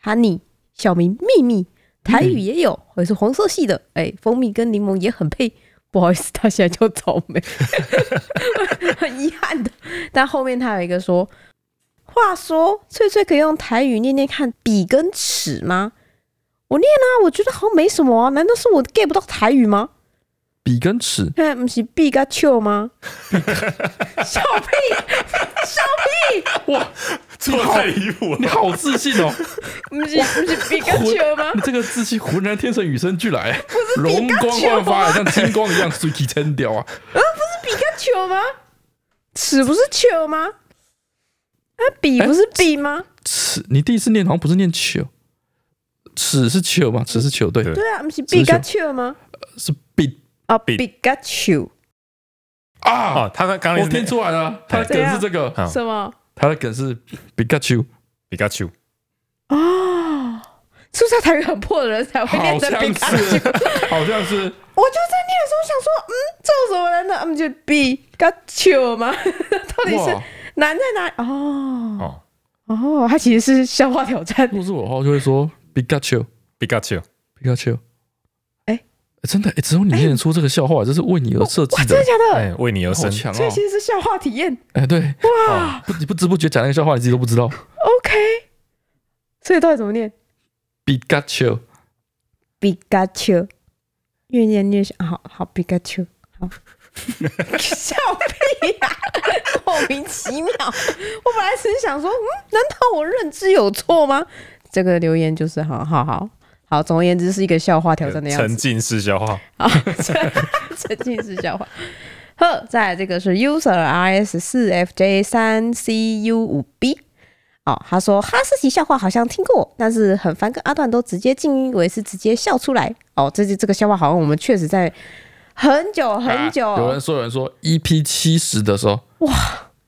Speaker 1: 哈尼、小名秘密，台语也有，也是黄色系的，哎、蜂蜜跟柠檬也很配。不好意思，她现在叫草莓， 很遗憾的。但后面他有一个说，话说，翠翠可以用台语念念看“笔”跟“尺”吗？我念啊，我觉得好像没什么啊，难道是我 get 不到台语吗？
Speaker 2: 笔跟尺，
Speaker 1: 哎，不是 “b” 跟 “q” 吗？笑屁，
Speaker 2: 哇，
Speaker 3: 这太离谱
Speaker 2: 你
Speaker 3: 了，
Speaker 2: 好自信哦！
Speaker 1: 不是不是 “b” 跟 “q” 吗
Speaker 2: 你？这个自信浑然天成，与生俱 来，容光焕发， 像金光一样，随体撑掉啊！
Speaker 1: “b” 跟 “q” 吗？尺不是 “q” 吗？啊，笔不是 “b” 吗？
Speaker 2: 尺，你第一次念好像不是念球，尺是球嘛？尺是球，对，
Speaker 3: 对
Speaker 1: 对啊，不是 “b” 跟 “q” 吗？
Speaker 2: 哎是 bit
Speaker 1: 啊
Speaker 3: 笔
Speaker 1: ，“b” 跟 “q”
Speaker 2: 啊！
Speaker 3: 哦，他刚刚
Speaker 2: 我
Speaker 3: 刚
Speaker 2: 听出来了，他的
Speaker 1: 对
Speaker 2: 梗
Speaker 1: 啊
Speaker 2: 是这个，
Speaker 3: 啊
Speaker 1: 什么？
Speaker 2: 他的梗是 Pikachu，
Speaker 3: 皮卡丘，
Speaker 1: 哦，是不是台语很破的人才会
Speaker 2: 好
Speaker 1: 念成
Speaker 2: 像
Speaker 1: “b” 跟 “q”？
Speaker 2: 是， 好像是，
Speaker 1: 我就在念的时候想说，嗯，这有什么难的？嗯，就 B 跟球吗？ 到底是
Speaker 2: 哇！
Speaker 1: 难在哪里？哦
Speaker 3: 哦，
Speaker 1: 哦，它其实是消化挑战。
Speaker 2: 如果是我的话，我就会说 Pikachu，Pikachu。
Speaker 3: 皮卡丘，
Speaker 1: 哎
Speaker 2: 真的，哎只有你念得出这个笑话，这是为你而设
Speaker 1: 哇，
Speaker 2: 计
Speaker 1: 真的
Speaker 2: 的，
Speaker 1: 假的？
Speaker 3: 哎，为你而
Speaker 2: 好
Speaker 3: 生。
Speaker 2: 强
Speaker 1: 所以
Speaker 2: 哦！
Speaker 1: 其实是消化体验。
Speaker 2: 哎，对，
Speaker 3: 哦
Speaker 2: 不，你不知不觉讲那个笑话，你自己都不知道。
Speaker 1: OK，所以到底怎么念
Speaker 2: Pikachu，
Speaker 1: ？B 跟球，越念越像。好好，B 跟球，好。笑屁呀、 莫名其妙。我本来只是想说，嗯，难道我认知有错吗？这个留言就是，好好好好，总而言之是一个笑话挑战的样
Speaker 3: 沉
Speaker 1: 子。
Speaker 3: 浸式消化，
Speaker 1: 好， 沉浸式笑话。呵，再来这个是 user rs 四 fj 三 cu 五 b。哦，他说哈士奇笑话好像听过，但是很烦，跟阿段都直接静音，我也是直接笑出来。哦，这这个笑话好像我们确实在很久很久、
Speaker 2: 啊有人说，有人说 EP 七十的时候，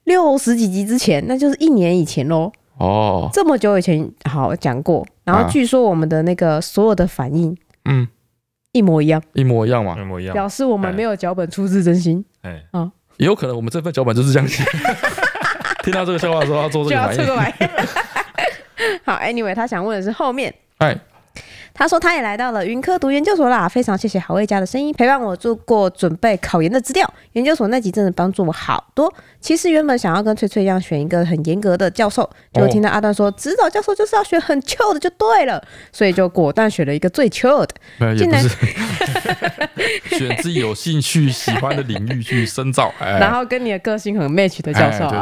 Speaker 1: 六十几集之前，那就是一年以前喽，
Speaker 2: 哦，
Speaker 1: 这么久以前好讲过。然后
Speaker 2: 啊
Speaker 1: 据说我们的那个所有的反应
Speaker 2: 嗯，
Speaker 1: 一模一样，
Speaker 2: 一模一样嘛
Speaker 3: 啊一。模一样。
Speaker 1: 表示我们没有脚本出自真心。
Speaker 3: 哎，
Speaker 1: 啊
Speaker 2: 也有可能我们这份脚本就是这 样写。听到这个笑话的时候，要做
Speaker 1: 就
Speaker 2: 这个
Speaker 1: 要
Speaker 2: 反
Speaker 1: 出个
Speaker 2: 应。
Speaker 1: 玩意。好，Anyway，他想问的是后面，
Speaker 2: 哎，
Speaker 1: 他说他也来到了云科读研究所啦，非常谢谢好味家的声音陪伴我做过准备考研的资料。研究所那集真的帮助我好多。其实原本想要跟翠翠一样选一个很严格的教授，结果听到阿段说指导教授就是要选很 chill 的就对了，所以就果断选了一个最 chill 的。
Speaker 2: 没有也
Speaker 1: 竟
Speaker 2: 不
Speaker 1: 然
Speaker 2: 是选自己有兴趣、喜欢的领域去深造。
Speaker 1: 然
Speaker 2: 哎，
Speaker 1: 后跟你的个性很 match 的教授，
Speaker 2: 哎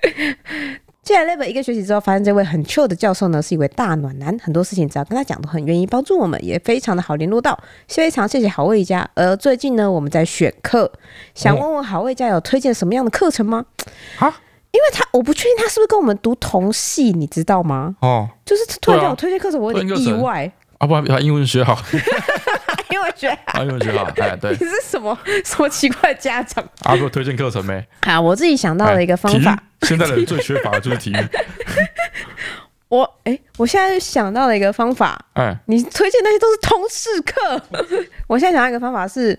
Speaker 1: 哎。 进来 lab 一个学期之后，发现这位很 chill 的教授呢是一位大暖男，很多事情只要跟他讲都很愿意帮助我们，也非常的好联络到，非常谢谢好味家。而最近呢，我们在选课，想问问好味家有推荐什么样的课程吗？
Speaker 2: 啊，
Speaker 1: 因为他我不确定他是不是跟我们读同系，你知道吗？
Speaker 2: 哦，
Speaker 1: 就是突然
Speaker 2: 对啊
Speaker 1: 叫我推荐课程，我有点
Speaker 2: 推荐
Speaker 1: 意
Speaker 2: 课程
Speaker 1: 外，
Speaker 2: 啊，不然把英文学好，
Speaker 1: 因为我觉得
Speaker 2: 把英文学好。哎，对
Speaker 1: 你，是什么 什么奇怪的家长
Speaker 2: 阿哥推荐课程没？哎
Speaker 1: 啊？我自己想到了一个方
Speaker 2: 体育
Speaker 1: 法，
Speaker 2: 现在的人最缺乏的就是体育。
Speaker 1: 我哎、我现在想到了一个方法，
Speaker 2: 哎，
Speaker 1: 你推荐那些都是通识 课。我现在想到一个方法是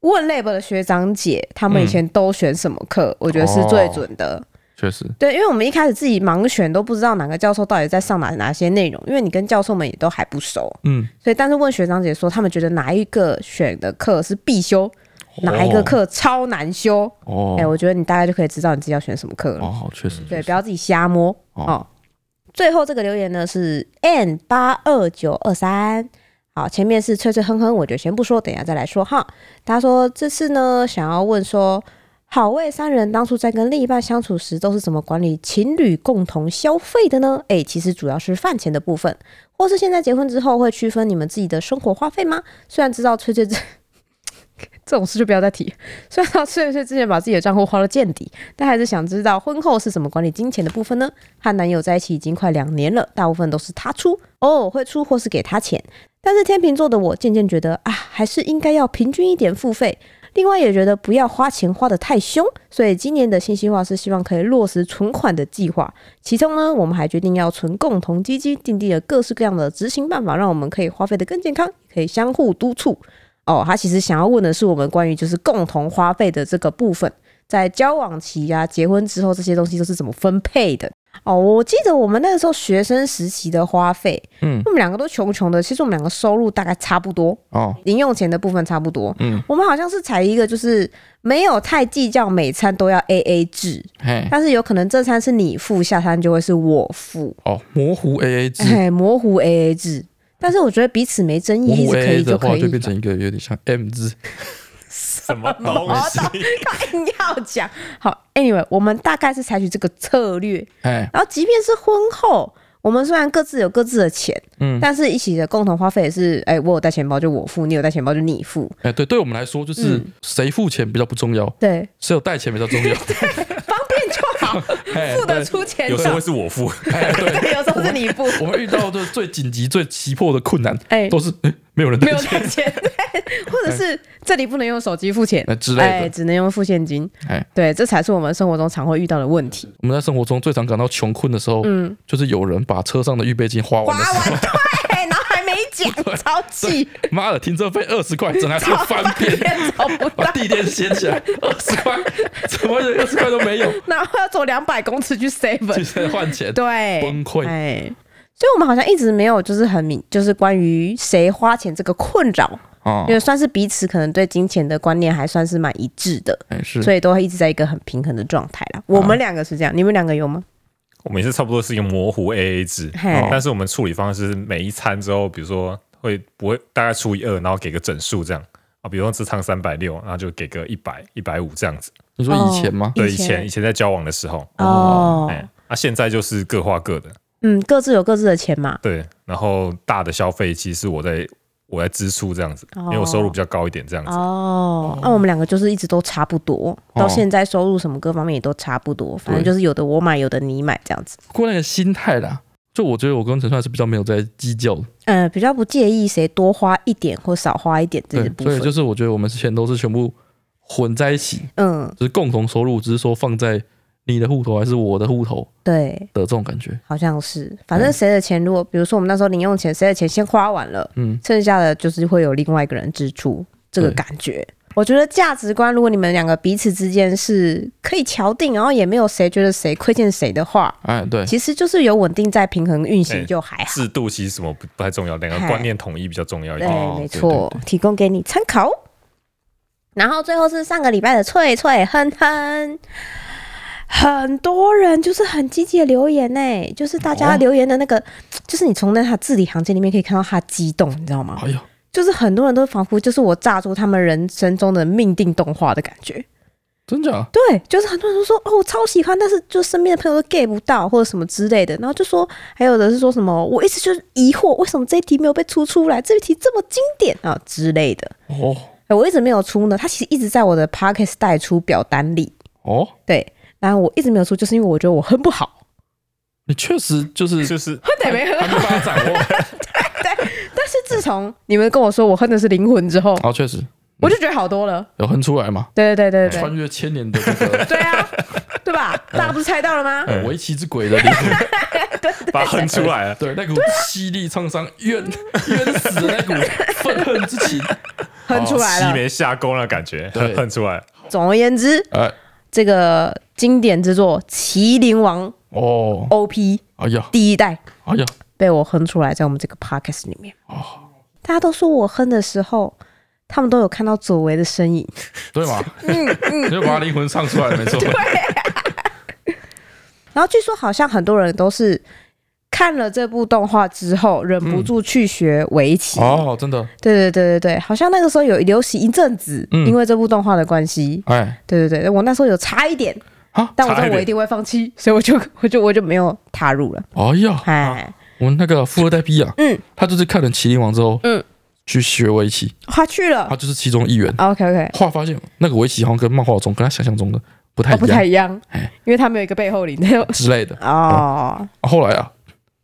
Speaker 1: 问 lab 的学长姐，他们以前都选什么
Speaker 2: 嗯
Speaker 1: 课，我觉得是最准的。
Speaker 2: 确实，
Speaker 1: 对，因为我们一开始自己盲选，都不知道哪个教授到底在上哪哪些内容，因为你跟教授们也都还不熟，
Speaker 2: 嗯，
Speaker 1: 所以但是问学长姐说，他们觉得哪一个选的课是必修，哪一个课超难修。
Speaker 2: 哦
Speaker 1: 哎、，我觉得你大概就可以知道你自己要选什么课了。
Speaker 2: 哦，确实，
Speaker 1: 对，不要自己瞎摸
Speaker 2: 哦
Speaker 1: 哦最后这个留言呢是 n 八二九二三，好，前面是脆脆哼哼，我就先不说，等一下再来说哈。他说这次呢想要问说，好味三人当初在跟另一半相处时，都是怎么管理情侣共同消费的呢？诶，其实主要是饭钱的部分，或是现在结婚之后会区分你们自己的生活花费吗？虽然知道脆脆这 这种事就不要再提， 虽然知道脆脆之前把自己的账户花到见底，但还是想知道婚后是怎么管理金钱的部分呢？和男友在一起已经快两年了，大部分都是他出，偶尔会出或是给他钱。但是天秤座的我渐渐觉得啊，还是应该要平均一点付费。另外也觉得不要花钱花得太凶，所以今年的信息化是希望可以落实存款的计划。其中呢，我们还决定要存共同基金，订定了各式各样的执行办法，让我们可以花费得更健康，可以相互督促。哦，他其实想要问的是我们关于就是共同花费的这个部分。在交往期啊、结婚之后这些东西都是怎么分配的。哦，我记得我们那个时候学生时期的花费，
Speaker 2: 嗯
Speaker 1: 我们两个都穷穷的，其实我们两个收入大概差不多，
Speaker 2: 哦，
Speaker 1: 零用钱的部分差不多。
Speaker 2: 嗯，
Speaker 1: 我们好像是采一个就是没有太计较每餐都要 A A 制，
Speaker 2: 嘿，
Speaker 1: 但是有可能这餐是你付，下餐就会是我付，
Speaker 2: 哦，模糊 AA 制，
Speaker 1: 哎，模糊 A A 制。但是我觉得彼此没争议，
Speaker 2: 模
Speaker 1: 一
Speaker 2: 糊
Speaker 1: 直可
Speaker 2: AA
Speaker 1: 以
Speaker 2: 的
Speaker 1: 就
Speaker 2: 话
Speaker 1: 可以
Speaker 2: 就。变成一个有点像 M 字，
Speaker 3: 什么东西？
Speaker 1: 硬哎要讲好，anyway，我们大概是采取这个策略，
Speaker 2: 哎，
Speaker 1: 然后即便是婚后，我们虽然各自有各自的钱，
Speaker 2: 嗯
Speaker 1: 但是一起的共同花费也是，哎、我有带钱包就我付，你有带钱包就你付，
Speaker 2: 哎，对，对我们来说就是
Speaker 1: 嗯
Speaker 2: 谁付钱比较不重要，
Speaker 1: 对，
Speaker 2: 谁有带钱比较重 要，
Speaker 1: 方便就 好，
Speaker 2: 哎
Speaker 1: 付得
Speaker 2: 对
Speaker 1: 出钱
Speaker 3: 有时候会
Speaker 1: 的，
Speaker 3: 是我付，
Speaker 2: 哎，对，
Speaker 1: 对，有时候是你付，
Speaker 2: 我们遇到的最紧急、最急迫的困难，
Speaker 1: 哎
Speaker 2: 都是哎没有人
Speaker 1: 没
Speaker 2: 带
Speaker 1: 有
Speaker 2: 钱
Speaker 1: 带钱，对或者是这里不能用手机付钱
Speaker 2: 哎。之
Speaker 1: 哎，
Speaker 2: 类的。
Speaker 1: 只能用付现金，
Speaker 2: 哎，
Speaker 1: 对，这才是我们生活中常会遇到的问 题。
Speaker 2: 我们在生活中最常感到穷困的时候，
Speaker 1: 嗯，
Speaker 2: 就是有人把车上的预备金花
Speaker 1: 花
Speaker 2: 完了。
Speaker 1: 完 对，然后还没 讲，超气，
Speaker 2: 妈的，停车费二十块，整台车翻遍，
Speaker 1: 找不
Speaker 2: 把
Speaker 1: 到，
Speaker 2: 地垫掀起来，二十块，怎么连二十块都没有？
Speaker 1: 然后要走两百公尺去 seven，
Speaker 2: 去再换钱，
Speaker 1: 对，
Speaker 2: 崩溃
Speaker 1: 哎，所以我们好像一直没有就是很明，就是关于谁花钱这个困扰，
Speaker 2: 啊
Speaker 1: 因为算是彼此可能对金钱的观念还算是蛮一致的，
Speaker 2: 哎是，哦
Speaker 1: 所以都会一直在一个很平衡的状态啦。我们两个是这样，你们两个有吗？
Speaker 3: 我们也是差不多是一个模糊 AA 制
Speaker 1: 嘿，
Speaker 3: 但是我们处理方式是每一餐之后，比如说会不会大概除以二，然后给个整数这样啊，比如说这趟三百六，然后就给个一百、一百五这样子。
Speaker 2: 你说以前吗？
Speaker 1: 以
Speaker 3: 对，以
Speaker 1: 前
Speaker 3: 前以前在交往的时候，
Speaker 1: 哦，
Speaker 3: 哎，啊，现在就是各花各的，
Speaker 1: 嗯，各自有各自的钱嘛，
Speaker 3: 对，然后大的消费其实是我在我在支出这样子，因为我收入比较高一点
Speaker 2: 嗯
Speaker 3: 这样子。
Speaker 1: 哦，那、我们两个就是一直都差不多，
Speaker 2: 哦
Speaker 1: 到现在收入什么各方面也都差不多，反正就是有的我买，有的你买这样子。
Speaker 2: 不过那个心态啦，就我觉得我跟陈帅是比较没有在计较的，
Speaker 1: 呃，比较不介意谁多花一点或少花一点这些
Speaker 2: 对，
Speaker 1: 部
Speaker 2: 所以
Speaker 1: 分。
Speaker 2: 就是我觉得我们之前都是全部混在一起，
Speaker 1: 嗯，
Speaker 2: 就是共同收入，只是说放在你的户头还是我的户头
Speaker 1: 对，
Speaker 2: 的这种感觉。
Speaker 1: 好像是，反正谁的钱如果，比如说我们那时候零用钱，谁的钱先花完了，
Speaker 2: 嗯，
Speaker 1: 剩下的就是会有另外一个人支出，这个
Speaker 2: 对
Speaker 1: 感觉。我觉得价值观，如果你们两个彼此之间是可以敲定，然后也没有谁觉得谁亏欠谁的话，
Speaker 2: 哎，对，
Speaker 1: 其实就是有稳定在平衡运行
Speaker 3: 哎
Speaker 1: 就还好。
Speaker 3: 制度其实什么不不太重要，两个
Speaker 1: 嗨
Speaker 3: 观念统一比较重要一
Speaker 1: 对，
Speaker 3: 点。
Speaker 2: 哦
Speaker 1: 没
Speaker 2: 对
Speaker 1: 错，提供给你参考。然后最后是上个礼拜的脆脆哼哼，很多人就是很积极的留言呢、就是大家
Speaker 2: 哦
Speaker 1: 留言的那个，就是你从那他字里行间里面可以看到他激动，你知道吗？
Speaker 2: 哎呀，
Speaker 1: 就是很多人都仿佛就是我炸出他们人生中的命定动画的感觉。
Speaker 2: 真假？
Speaker 1: 对，就是很多人都说哦，我超喜欢，但是就身边的朋友都 get 不到或者什么之类的，然后就说，还有的是说什么，我一直就是疑惑，为什么这一题没有被出出来，这一题这么经典啊之类的，
Speaker 2: 哦
Speaker 1: 哎我一直没有出呢，它其实一直在我的 p o c k e t 带出表单里，
Speaker 2: 哦，
Speaker 1: 对，然后我一直没有出，就是因为我觉得我哼不好，
Speaker 2: 你确实就是
Speaker 3: 就是
Speaker 1: 对，没哼
Speaker 3: 他没办法掌
Speaker 1: 哦
Speaker 3: 握，
Speaker 1: 但是自从你们跟我说我哼的是灵魂之后，
Speaker 2: 啊，确实
Speaker 1: 我就觉得好多了，
Speaker 2: 有哼出来嘛，
Speaker 1: 对对对对对
Speaker 2: 穿越千年的这个
Speaker 1: 对啊，对吧？大家不是猜到了吗？
Speaker 2: 呃围棋之鬼的灵魂，
Speaker 3: 把它哼出 来了。
Speaker 2: 对那股凄厉沧桑、冤冤死的那股愤恨之情，
Speaker 1: 哼出来
Speaker 3: 西
Speaker 1: 了。
Speaker 3: 梅下工了，感觉
Speaker 2: 对
Speaker 3: 哼出来了。
Speaker 1: 总而言之，
Speaker 2: 哎
Speaker 1: 这个经典之作《麒麟王
Speaker 2: 哦，
Speaker 1: OP》
Speaker 2: 哎呀，
Speaker 1: 第一代
Speaker 2: 哎呀，
Speaker 1: 被我哼出来，在我们这个 podcast 里面，
Speaker 2: 哦，
Speaker 1: 大家都说我哼的时候，他们都有看到左为的身影。
Speaker 2: 对嘛，
Speaker 1: 嗯
Speaker 2: 你就把灵魂唱出来，没错，
Speaker 1: 然后据说好像很多人都是看了这部动画之后，忍不住去学围棋。
Speaker 2: 哦，真的，
Speaker 1: 对对对对对，好像那个时候有流行一阵子，
Speaker 2: 嗯
Speaker 1: 因为这部动画的关系。
Speaker 2: 哎，
Speaker 1: 对对对，我那时候有差一点，
Speaker 2: 啊，
Speaker 1: 但我知
Speaker 3: 差
Speaker 1: 道
Speaker 3: 一
Speaker 1: 我
Speaker 3: 点
Speaker 1: 一定会放弃，所以我就 我就我就没有踏入了。
Speaker 2: 哎呀，
Speaker 1: 哎，
Speaker 2: 我们那个富二代 B 啊，
Speaker 1: 嗯，
Speaker 2: 他就是看了《麒麟王》之后，
Speaker 1: 嗯，啊
Speaker 2: 去学围棋，
Speaker 1: 他去了
Speaker 2: 他。就是其中一员。
Speaker 1: OK OK，
Speaker 2: 后来发现那个围棋好像跟漫画中跟他想象中的不太
Speaker 1: 哦，
Speaker 2: 一
Speaker 1: 不太
Speaker 2: 样
Speaker 1: 一样
Speaker 2: 哎，
Speaker 1: 因为他没有一个背后领的。
Speaker 2: 之类的。
Speaker 1: 哦，
Speaker 2: 后来啊，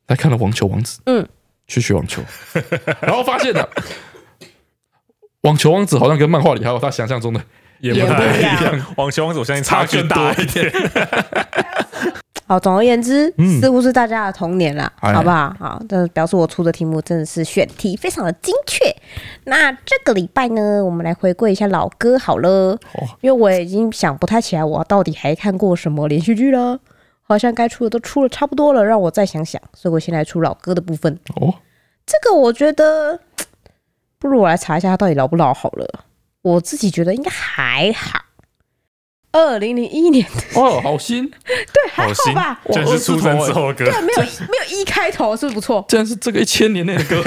Speaker 2: 他看了《网球王子》，
Speaker 1: 嗯，
Speaker 2: 去学网球， 然后发现了、网球王子好像跟漫画里还有他想象中的
Speaker 3: 也
Speaker 2: 也
Speaker 3: 不
Speaker 2: 不
Speaker 3: 太
Speaker 1: 一样
Speaker 3: 一样，网球王子我相信差距大一点。
Speaker 1: 好，哦总而言之，
Speaker 2: 嗯
Speaker 1: 似乎是大家的童年啦，
Speaker 2: 哎
Speaker 1: 好不好？好，这表示我出的题目真的是选题非常的精确。那这个礼拜呢，我们来回顾一下老歌好了，
Speaker 2: 哦，
Speaker 1: 因为我已经想不太起来我到底还看过什么连续剧了，好像该出的都出了差不多了，让我再想想，所以我先来出老歌的部分。
Speaker 2: 哦，
Speaker 1: 这个我觉得，不如我来查一下它到底老不老好了。我自己觉得应该还好。二零零一年，
Speaker 2: 哦，好新，
Speaker 1: 对，还
Speaker 3: 好
Speaker 1: 好
Speaker 3: 心
Speaker 1: 吧。，
Speaker 2: 我。
Speaker 3: 这是出生之后的歌
Speaker 1: 对，没有没有一开头，是不是不错
Speaker 2: 竟然是这个一千年内的歌，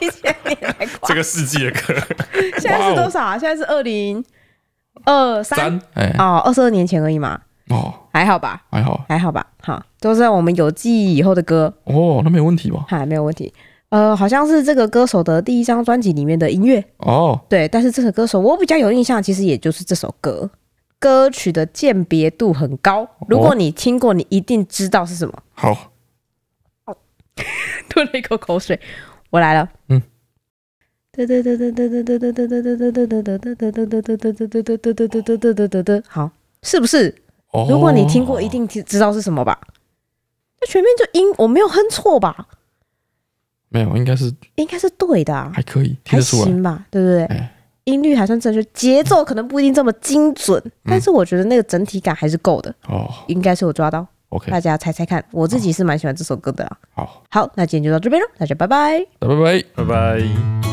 Speaker 1: 一千 年来挂
Speaker 3: 这，个哦世纪的歌，
Speaker 1: 现在是多少啊？现在是二零二
Speaker 2: 三
Speaker 1: 三，
Speaker 2: 哎，
Speaker 1: 哦，二十二年前而已嘛，
Speaker 2: 哦，
Speaker 1: 还好吧，
Speaker 2: 还好，
Speaker 1: 还好吧，好，都是在我们有记忆以后的歌，
Speaker 2: 哦，那没问题吧？
Speaker 1: 还没有问题。呃，好像是这个歌手的第一张专辑里面的音乐，
Speaker 2: 哦，
Speaker 1: 对，但是这首歌手我比较有印象，其实也就是这首歌，歌曲的鉴别度很高。如果你听过，你一定知道是什么。
Speaker 2: 好，
Speaker 1: 吞了一口口水，我来了。
Speaker 2: 嗯。
Speaker 1: 好，是不是？
Speaker 2: 哦，
Speaker 1: 如果你听过，一定知知道是什么吧？那前面就音我没有哼错吧？
Speaker 2: 没有，应该是
Speaker 1: 应该是对的、啊，
Speaker 2: 还可以
Speaker 1: 还
Speaker 2: 听得出来，
Speaker 1: 行吧？对不对？
Speaker 2: 哎，
Speaker 1: 音律还算正确，节奏可能不一定这么精准，
Speaker 2: 嗯
Speaker 1: 但是我觉得那个整体感还是够的，
Speaker 2: 哦
Speaker 1: 应该是有抓到。
Speaker 2: ，OK，
Speaker 1: 大家猜猜看，我
Speaker 2: 哦
Speaker 1: 自己是蛮喜欢这首歌的啦。啊
Speaker 2: 好，
Speaker 1: 好，那今天就到这边了，大家拜拜。
Speaker 2: 拜拜。
Speaker 3: 拜拜。